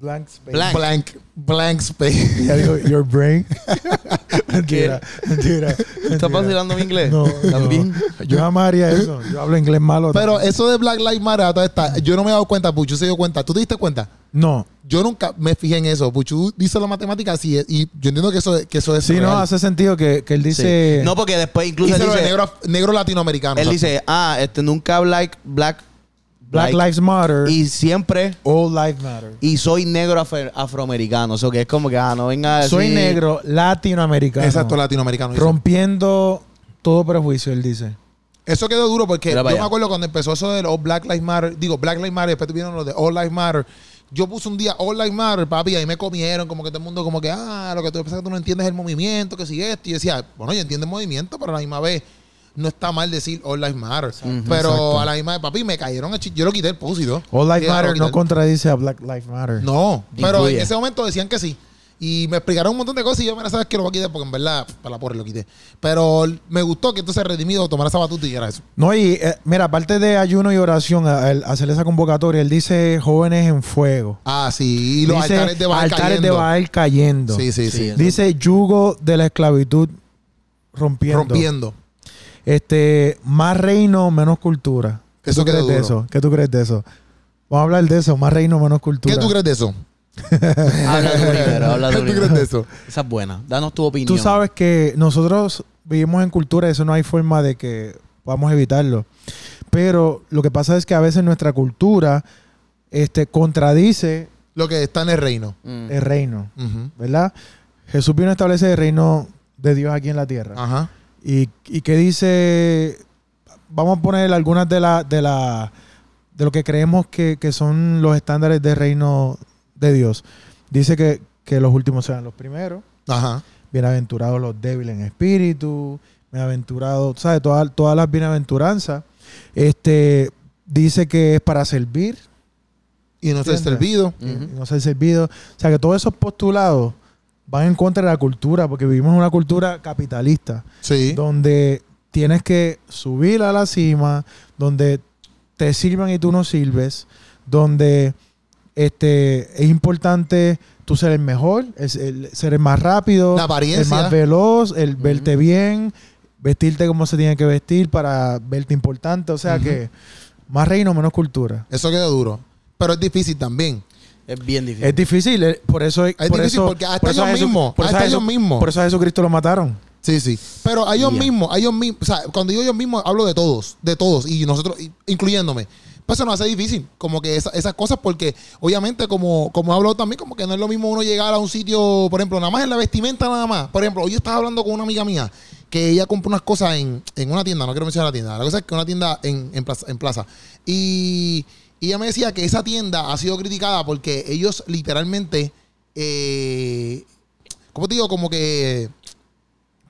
Speaker 2: blank space.
Speaker 1: Blank.
Speaker 3: Blank, blank
Speaker 2: <laughs>
Speaker 3: space.
Speaker 2: Y algo, your brain.
Speaker 3: <laughs>
Speaker 2: mentira, mentira. mentira.
Speaker 1: ¿Estás vacilando mi inglés?
Speaker 3: <laughs>
Speaker 2: No,
Speaker 1: También.
Speaker 2: no. Yo jamás haría eso. Yo hablo inglés malo.
Speaker 3: Pero eh, eso de Black Lives Matter, todo está, yo no me he dado cuenta, Puchu se dio cuenta. ¿Tú te diste cuenta?
Speaker 2: no.
Speaker 3: Yo nunca me fijé en eso. Puchu dice la matemática así y yo entiendo que eso, que eso es.
Speaker 2: Sí, no,
Speaker 3: real.
Speaker 2: hace sentido que, que él dice.
Speaker 1: Sí. No, porque después
Speaker 3: Y
Speaker 1: incluso él
Speaker 3: se lo de
Speaker 1: dice,
Speaker 3: negro, negro latinoamericano.
Speaker 1: él
Speaker 3: o sea,
Speaker 1: dice, ah, este nunca Black, Black,
Speaker 2: Black
Speaker 1: like,
Speaker 2: Lives Matter.
Speaker 1: Y siempre,
Speaker 2: All Lives Matter.
Speaker 1: y soy negro afro- afroamericano. Eso que es como que, ah, no venga a decir-
Speaker 2: Soy negro latinoamericano.
Speaker 3: Exacto, latinoamericano. dice.
Speaker 2: Rompiendo todo prejuicio, él dice.
Speaker 3: Eso quedó duro porque
Speaker 1: Mira
Speaker 3: yo
Speaker 1: para
Speaker 3: me
Speaker 1: allá.
Speaker 3: acuerdo cuando empezó eso de los Black Lives Matter, digo Black Lives Matter, después tuvieron lo de All Lives Matter. Yo puse un día All Lives Matter, papi, y ahí me comieron, como que todo el mundo, como que, ah, lo que tú piensas que tú no entiendes es el movimiento, que si esto. Y yo decía, bueno, yo entiendo el movimiento, pero a la misma vez no está mal decir All Lives Matter. Pero
Speaker 2: Exacto.
Speaker 3: a la misma vez, papi, me cayeron a chi- Yo lo quité el post y todo.
Speaker 2: All Lives
Speaker 3: Yo lo
Speaker 2: Matter
Speaker 3: quité.
Speaker 2: no contradice a Black Lives Matter.
Speaker 3: No, pero
Speaker 1: Incluye.
Speaker 3: en ese momento decían que sí. Y me explicaron un montón de cosas y yo, mira, sabes que lo voy a quitar porque en verdad, para la porra lo quité. Pero me gustó que entonces redimido tomara esa batuta y era eso.
Speaker 2: No, y eh, mira, aparte de ayuno y oración, a- al hacer esa convocatoria, él dice jóvenes en fuego.
Speaker 3: Ah, sí, y los
Speaker 2: Dice,
Speaker 3: altares de Baal
Speaker 2: altares de
Speaker 3: cayendo.
Speaker 2: Baal cayendo.
Speaker 3: Sí, sí,
Speaker 1: Sí,
Speaker 3: sí.
Speaker 1: eso.
Speaker 2: Dice yugo de la esclavitud rompiendo.
Speaker 3: Rompiendo.
Speaker 2: Este, más reino, menos cultura. ¿Qué
Speaker 3: Eso
Speaker 2: tú crees
Speaker 3: quedó
Speaker 2: de
Speaker 3: duro.
Speaker 2: eso? ¿Qué tú crees de eso? Vamos a hablar de eso, más reino, menos cultura.
Speaker 3: ¿Qué tú crees de eso?
Speaker 1: Habla
Speaker 2: <laughs>
Speaker 1: tú primero, habla
Speaker 3: ¿Qué
Speaker 1: tú
Speaker 3: tú
Speaker 1: primero.
Speaker 3: crees de eso?
Speaker 1: <laughs> Esa es buena. Danos tu opinión.
Speaker 2: Tú sabes que nosotros vivimos en cultura, eso no hay forma de que podamos evitarlo. Pero lo que pasa es que a veces nuestra cultura este, contradice
Speaker 3: Lo que está en el reino.
Speaker 1: Mm.
Speaker 2: el reino,
Speaker 3: Ujú.
Speaker 2: ¿verdad? Jesús vino a establecer el reino de Dios aquí en la tierra.
Speaker 3: Ajá.
Speaker 2: y, y que dice, vamos a poner algunas de la, de la de lo que creemos que, que son los estándares del reino de Dios. Dice que, que los últimos serán los primeros,
Speaker 3: Ajá.
Speaker 2: bienaventurados los débiles en espíritu, bienaventurados, ¿sabes? Todas, todas las bienaventuranzas. Este dice que es para servir,
Speaker 3: Y no se ha
Speaker 2: Entiende.
Speaker 3: servido.
Speaker 1: Ujú.
Speaker 2: no ser servido. O sea que todos esos postulados van en contra de la cultura, porque vivimos en una cultura capitalista
Speaker 3: Sí.
Speaker 2: donde tienes que subir a la cima, donde te sirvan y tú no sirves, donde este, es importante tú ser el mejor, es- el- ser el más rápido, el
Speaker 3: La apariencia.
Speaker 2: más veloz, el
Speaker 1: Ujú.
Speaker 2: verte bien, vestirte como se tiene que vestir para verte importante, o sea
Speaker 3: Ujú.
Speaker 2: que más reino, menos cultura.
Speaker 3: Eso queda duro. Pero es difícil también.
Speaker 1: Es bien difícil.
Speaker 2: Es difícil, eh, por eso
Speaker 3: Es
Speaker 2: por
Speaker 3: difícil
Speaker 2: eso-
Speaker 3: porque hasta
Speaker 2: por eso a
Speaker 3: ellos
Speaker 2: Jesu-
Speaker 3: mismos,
Speaker 2: por eso a
Speaker 3: hasta
Speaker 2: Jesu-
Speaker 3: ellos mismos.
Speaker 2: Por eso a Jesucristo lo mataron.
Speaker 3: Sí, sí. Pero a ellos
Speaker 1: Ya.
Speaker 3: mismos, a ellos mismos, o sea, cuando digo ellos mismos, hablo de todos, de todos, y nosotros, y- incluyéndome. Pues eso nos hace difícil, como que esa- esas cosas, porque obviamente, como, como he hablado también, como que no es lo mismo uno llegar a un sitio, por ejemplo, nada más en la vestimenta, nada más. Por ejemplo, hoy yo estaba hablando con una amiga mía que ella compró unas cosas en, en una tienda, no quiero mencionar la tienda, la cosa es que una tienda en, en plaza, en plaza. Y, y ella me decía que esa tienda ha sido criticada porque ellos literalmente, eh, ¿cómo te digo? Como que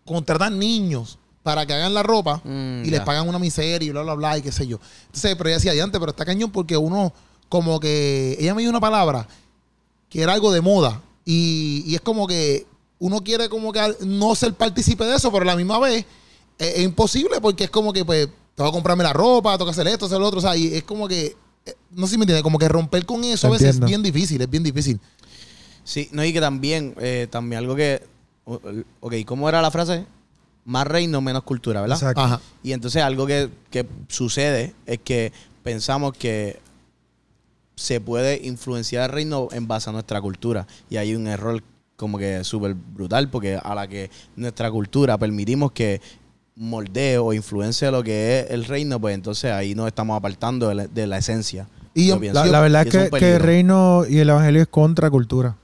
Speaker 3: contratan niños para que hagan la ropa
Speaker 1: Mm,
Speaker 3: y les
Speaker 1: ya.
Speaker 3: pagan una miseria y bla, bla, bla, y qué sé yo. Entonces, pero ella decía, adiante, pero está cañón porque uno, como que, ella me dio una palabra que era algo de moda y, y es como que uno quiere como que al- no ser partícipe de eso, pero a la misma vez eh, es, imposible porque es como que, pues, tengo que comprarme la ropa, tengo que hacer esto, hacer lo otro, o sea, y es como que, eh, no sé si me entiendes, como que romper con eso a veces
Speaker 2: Entiendo.
Speaker 3: es bien difícil, es bien difícil.
Speaker 1: Sí, no, y que también, eh, también algo que. o- Ok, ¿cómo era la frase? Más reino, menos cultura, ¿verdad?
Speaker 2: Exacto.
Speaker 3: Ajá.
Speaker 1: Y entonces algo que, que sucede es que pensamos que se puede influenciar el reino en base a nuestra cultura. Y hay un error como que súper brutal porque a la que nuestra cultura permitimos que moldee o influencie lo que es el reino, pues entonces ahí nos estamos apartando de la, de la esencia.
Speaker 3: Y yo-
Speaker 1: pienso.
Speaker 2: La, la verdad
Speaker 1: Y
Speaker 2: es
Speaker 1: eso
Speaker 2: que,
Speaker 1: un
Speaker 2: que el
Speaker 1: peligro.
Speaker 2: reino y el evangelio es contra cultura.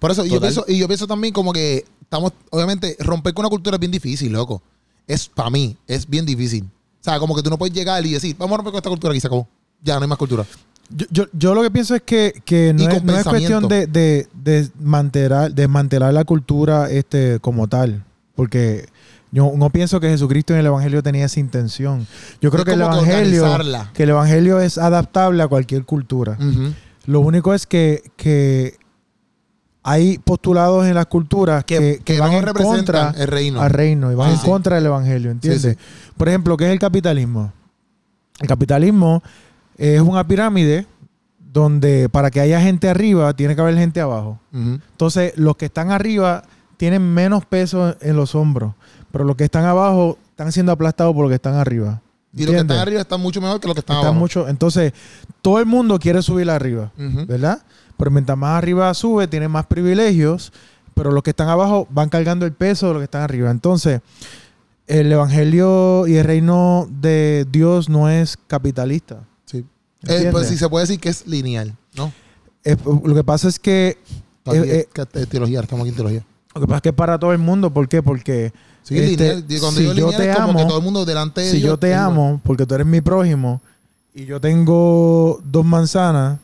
Speaker 3: Por eso, y yo
Speaker 1: Total.
Speaker 3: pienso, y yo pienso también como que estamos, obviamente, romper con una cultura es bien difícil, loco. Es para mí, es bien difícil. O sea, como que tú no puedes llegar y decir, vamos a romper con esta cultura aquí, se acabó. Ya no hay más cultura.
Speaker 2: Yo, yo, yo lo que pienso es que, que
Speaker 3: Y
Speaker 2: no, es,
Speaker 3: con
Speaker 2: no es cuestión de, de, de desmantelar, desmantelar la cultura este, como tal. Porque yo no pienso que Jesucristo en el Evangelio tenía esa intención. Yo creo
Speaker 3: Es
Speaker 2: que el,
Speaker 3: como que
Speaker 2: evangelio,
Speaker 3: organizarla. Mm.
Speaker 2: que el Evangelio es adaptable a cualquier cultura.
Speaker 3: Ujú.
Speaker 2: Lo único es que, que hay postulados en las culturas que, que,
Speaker 3: que
Speaker 2: van
Speaker 3: no
Speaker 2: en
Speaker 3: representan
Speaker 2: contra
Speaker 3: el reino.
Speaker 2: al reino y van
Speaker 3: Ah,
Speaker 2: en
Speaker 3: sí.
Speaker 2: contra del evangelio, ¿entiendes? Por ejemplo, ¿qué es el capitalismo? El capitalismo es una pirámide donde para que haya gente arriba tiene que haber gente abajo.
Speaker 3: Ujú.
Speaker 2: Entonces, los que están arriba tienen menos peso en los hombros, pero los que están abajo están siendo aplastados por los que están arriba.
Speaker 3: Y los que están
Speaker 2: ¿entiendes?
Speaker 3: arriba están mucho mejor que los que están,
Speaker 2: Están
Speaker 3: abajo.
Speaker 2: mucho, entonces, todo el mundo quiere subir arriba.
Speaker 3: Ujú.
Speaker 2: ¿verdad? Pero mientras más arriba sube, tiene más privilegios, pero los que están abajo van cargando el peso de los que están arriba. Entonces, el evangelio y el reino de Dios no es capitalista.
Speaker 3: Sí. Eh, pues
Speaker 2: ¿Entiendes?
Speaker 3: si se puede decir que es lineal, ¿no?
Speaker 2: Es- lo que pasa es que.
Speaker 3: Aquí
Speaker 2: eh, eh,
Speaker 3: es- que es teología, estamos aquí en teología.
Speaker 2: lo que pasa es que es para todo el mundo. ¿Por qué? Porque.
Speaker 3: Sí,
Speaker 2: este,
Speaker 3: lineal. Digo, Cuando
Speaker 2: si
Speaker 3: digo
Speaker 2: yo
Speaker 3: lineal
Speaker 2: te
Speaker 3: es como que
Speaker 2: amo,
Speaker 3: todo el mundo delante de
Speaker 2: si
Speaker 3: Dios
Speaker 2: yo te
Speaker 3: es igual.
Speaker 2: amo, porque tú eres mi prójimo, y yo tengo dos manzanas,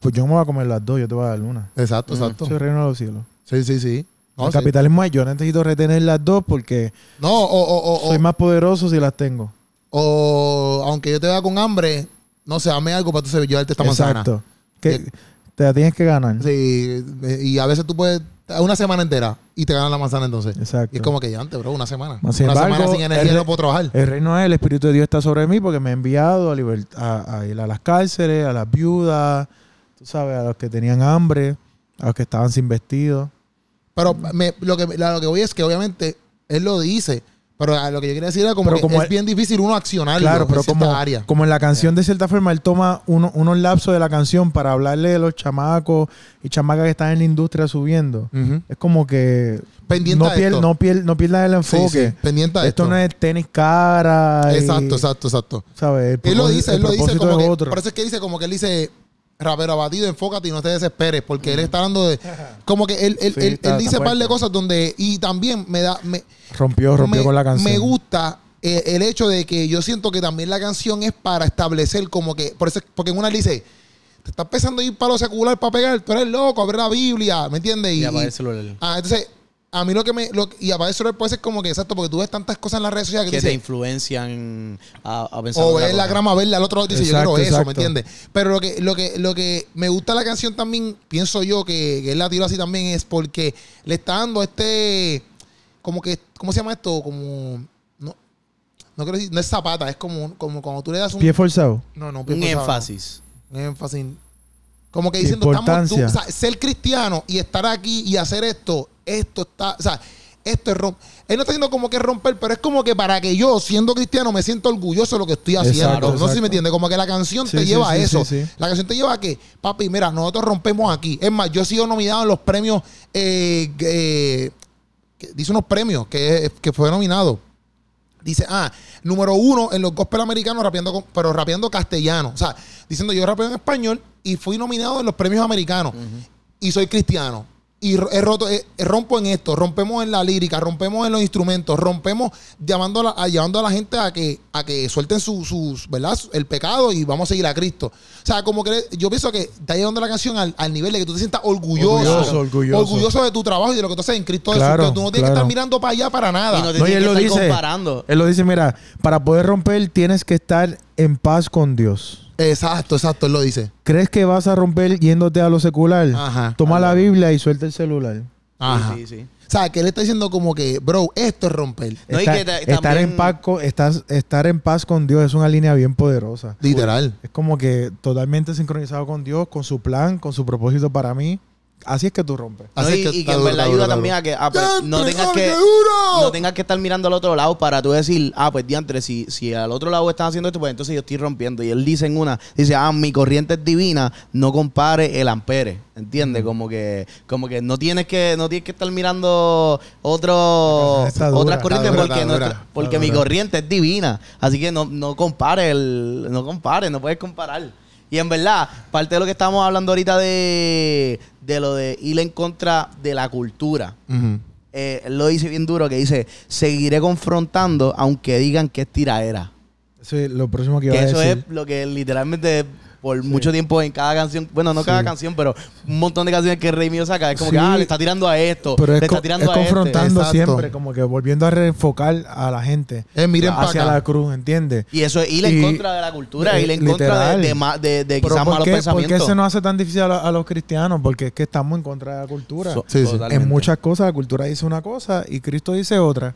Speaker 2: pues yo no me voy a comer las dos, yo te voy a dar una.
Speaker 3: Exacto, exacto.
Speaker 2: Eso es el reino de los cielos.
Speaker 3: Sí, sí, sí. No,
Speaker 2: mm, el
Speaker 3: sí.
Speaker 2: capitalismo es, yo necesito retener las dos porque
Speaker 3: No, o, o, o,
Speaker 2: soy
Speaker 3: o,
Speaker 2: más poderoso si las tengo.
Speaker 3: o aunque yo te vea con hambre, no sé, dame algo para tú se- llevarte esta manzana.
Speaker 2: Exacto. Que
Speaker 3: Bien.
Speaker 2: te la tienes que ganar.
Speaker 3: Sí, eh, y a veces tú puedes una semana entera y te ganan la manzana entonces.
Speaker 2: Exacto.
Speaker 3: Y es como que ya antes, bro, una semana.
Speaker 2: Mas, sin
Speaker 3: una semana
Speaker 2: embargo, eh,
Speaker 3: sin energía
Speaker 2: el-
Speaker 3: no puedo trabajar.
Speaker 2: El reino es, el Espíritu de Dios está sobre mí porque me ha enviado a, libert- a, a ir a las cárceles, a las viudas, tú sabes, a los que tenían hambre, a los que estaban sin vestido.
Speaker 3: Pero me- lo, que, la- lo que voy es que obviamente él lo dice, pero a lo que yo quería decir era como
Speaker 2: Pero
Speaker 3: que
Speaker 2: como
Speaker 3: es
Speaker 2: él-
Speaker 3: bien difícil uno accionar
Speaker 2: Claro, pero
Speaker 3: en cierta
Speaker 2: como,
Speaker 3: área.
Speaker 2: como en la canción, de cierta forma, él toma uno- unos lapsos de la canción para hablarle de los chamacos y chamacas que están en la industria subiendo.
Speaker 3: Ujú.
Speaker 2: Es como que
Speaker 3: Mm. Pendiente
Speaker 2: no,
Speaker 3: a
Speaker 2: pier-
Speaker 3: esto.
Speaker 2: no, pier- no pierdas el
Speaker 3: Sí,
Speaker 2: enfoque.
Speaker 3: sí, pendiente a
Speaker 2: esto,
Speaker 3: esto.
Speaker 2: no es tenis cara. y-
Speaker 3: Exacto, exacto, exacto.
Speaker 2: ¿sabes? El
Speaker 3: Él lo
Speaker 2: propós-
Speaker 3: dice,
Speaker 2: el
Speaker 3: él lo dice
Speaker 2: propósito
Speaker 3: como
Speaker 2: es
Speaker 3: que,
Speaker 2: otro.
Speaker 3: por eso es que dice como que él dice rapero abatido, enfócate y no te desesperes, porque él está dando de como que él, él,
Speaker 2: Sí,
Speaker 3: él- él
Speaker 2: está-
Speaker 3: dice
Speaker 2: está
Speaker 3: un par de
Speaker 2: fuerte.
Speaker 3: cosas donde y también me da me,
Speaker 2: rompió, rompió
Speaker 3: me-
Speaker 2: con la canción.
Speaker 3: me gusta eh, el hecho de que yo siento que también la canción es para establecer como que por eso porque en una él dice te estás pensando en ir para lo secular para pegar, tú eres loco, abre la Biblia, ¿me entiendes? Y,
Speaker 1: Y
Speaker 3: y-
Speaker 1: apagar el celular.
Speaker 3: ah, entonces a mí lo que me lo, y aparece puede ser como que exacto porque tú ves tantas cosas en las redes sociales que,
Speaker 1: Que
Speaker 3: tú
Speaker 1: te
Speaker 3: dices,
Speaker 1: influencian a, a pensar.
Speaker 3: o
Speaker 1: otra
Speaker 3: ver la
Speaker 1: cosa.
Speaker 3: grama verla, el otro dice,
Speaker 2: Exacto,
Speaker 3: yo quiero eso, ¿me
Speaker 2: exacto.
Speaker 3: entiendes? Pero lo que, lo que, lo que me gusta la canción también, pienso yo que, que él la tiró así también, es porque le está dando este, como que, ¿cómo se llama esto? Como, no, no quiero decir, no es zapata, es como, como cuando tú le das un,
Speaker 2: Pie forzado.
Speaker 3: no, no, pie
Speaker 1: Un
Speaker 3: forzado,
Speaker 1: énfasis.
Speaker 3: no, un énfasis. Como que diciendo, estamos, tú,
Speaker 2: Importancia.
Speaker 3: o sea, ser cristiano y estar aquí y hacer esto, esto está, o sea, esto es romper. Él no está diciendo como que romper, pero es como que para que yo, siendo cristiano, me siento orgulloso de lo que estoy haciendo.
Speaker 2: Exacto,
Speaker 3: no sé si
Speaker 2: exacto.
Speaker 3: me entiendes. Como que la canción
Speaker 2: Sí,
Speaker 3: te
Speaker 2: sí,
Speaker 3: lleva a
Speaker 2: sí,
Speaker 3: eso.
Speaker 2: sí, sí.
Speaker 3: La canción te lleva a que, papi, mira, nosotros rompemos aquí. Es más, yo he sido nominado en los premios, eh, eh, que- dice unos premios que, que fue nominado. Dice, ah, número uno en los gospel americanos, rapeando con- pero rapeando castellano. O sea, diciendo yo rapeo en español y fui nominado en los premios americanos y soy cristiano. Y ro- he roto, he- he rompo en esto, rompemos en la lírica, rompemos en los instrumentos, rompemos llamando a, la- a- llevando a la gente a que, a que suelten su- sus, ¿verdad? Su- El pecado y vamos a seguir a Cristo. O sea, como que yo pienso que está llevando la canción al, al nivel de que tú te sientas orgulloso.
Speaker 2: Orgulloso, orgulloso.
Speaker 3: orgulloso de tu trabajo y de lo que tú haces en Cristo
Speaker 2: Claro,
Speaker 3: Jesús. Que Tú no tienes que
Speaker 2: claro.
Speaker 3: estar mirando para allá para nada.
Speaker 1: Y no te
Speaker 2: No, y
Speaker 1: tienes
Speaker 2: él
Speaker 1: que
Speaker 2: lo
Speaker 1: estar
Speaker 2: dice.
Speaker 1: comparando.
Speaker 2: Él lo dice, mira, para poder romper tienes que estar en paz con Dios.
Speaker 3: Exacto, exacto, él lo dice.
Speaker 2: ¿Crees que vas a romper yéndote a lo secular?
Speaker 3: Ajá.
Speaker 2: Toma la Biblia y suelta el celular.
Speaker 3: Ajá.
Speaker 1: Sí, sí, sí.
Speaker 3: O sea, que él está diciendo como que, bro, esto es romper.
Speaker 1: No, y
Speaker 2: Estar-
Speaker 1: que ta-
Speaker 2: estar,
Speaker 1: también-
Speaker 2: en paz con, estar, estar en paz con Dios es una línea bien poderosa.
Speaker 3: Literal.
Speaker 2: Es como que totalmente sincronizado con Dios, con su plan, con su propósito para mí. Así es que tú rompes.
Speaker 1: No, y, y que en verdad ayuda también a que ah, pues, no tengas que no tengas que estar mirando al otro lado para tú decir, ah, pues diantre, si, si al otro lado están haciendo esto, pues entonces yo estoy rompiendo. Y él dice en una, dice, ah, mi corriente es divina, no compare el ampere. ¿Entiendes? Como que, como que no tienes que, no tienes que estar mirando otro,
Speaker 2: Está dura,
Speaker 1: otras
Speaker 2: está
Speaker 1: corrientes
Speaker 3: dura,
Speaker 1: porque,
Speaker 3: está dura,
Speaker 1: nuestra-
Speaker 3: está
Speaker 1: porque mi
Speaker 2: dura.
Speaker 1: corriente es divina. Así que no, no compare el, no compare, no puedes comparar. Y en verdad, parte de lo que estamos hablando ahorita de, de lo de ir en contra de la cultura eh, él lo dice bien duro que dice, seguiré confrontando aunque digan que es tiraera.
Speaker 2: Eso es lo próximo que iba
Speaker 1: Que
Speaker 2: a
Speaker 1: eso
Speaker 2: decir.
Speaker 1: es lo que literalmente por mucho tiempo en cada canción, bueno, no cada
Speaker 2: Sí.
Speaker 1: canción, pero un montón de canciones que Rey mío saca, es como
Speaker 2: Sí.
Speaker 1: que, ah, le está tirando a esto,
Speaker 2: Pero es,
Speaker 1: le
Speaker 2: co-
Speaker 1: está tirando
Speaker 2: es
Speaker 1: a este.
Speaker 2: confrontando
Speaker 3: Exacto.
Speaker 2: siempre, como que volviendo a reenfocar a la gente
Speaker 3: Eh, miren pa'
Speaker 2: hacia
Speaker 3: acá.
Speaker 2: la cruz, ¿entiendes?
Speaker 1: Y eso es ir en
Speaker 2: Y-
Speaker 1: contra de la cultura,
Speaker 2: eh,
Speaker 1: ir en contra
Speaker 2: literal.
Speaker 1: de, de, ma- de- de
Speaker 2: Pero
Speaker 1: quizás
Speaker 2: ¿por
Speaker 1: malos
Speaker 2: qué, ¿Por qué
Speaker 1: pensamientos.
Speaker 2: se nos hace tan difícil a, lo- a los cristianos? Porque es que estamos en contra de la cultura.
Speaker 1: So-
Speaker 3: Sí, sí.
Speaker 1: totalmente.
Speaker 2: en muchas cosas la cultura dice una cosa y Cristo dice otra.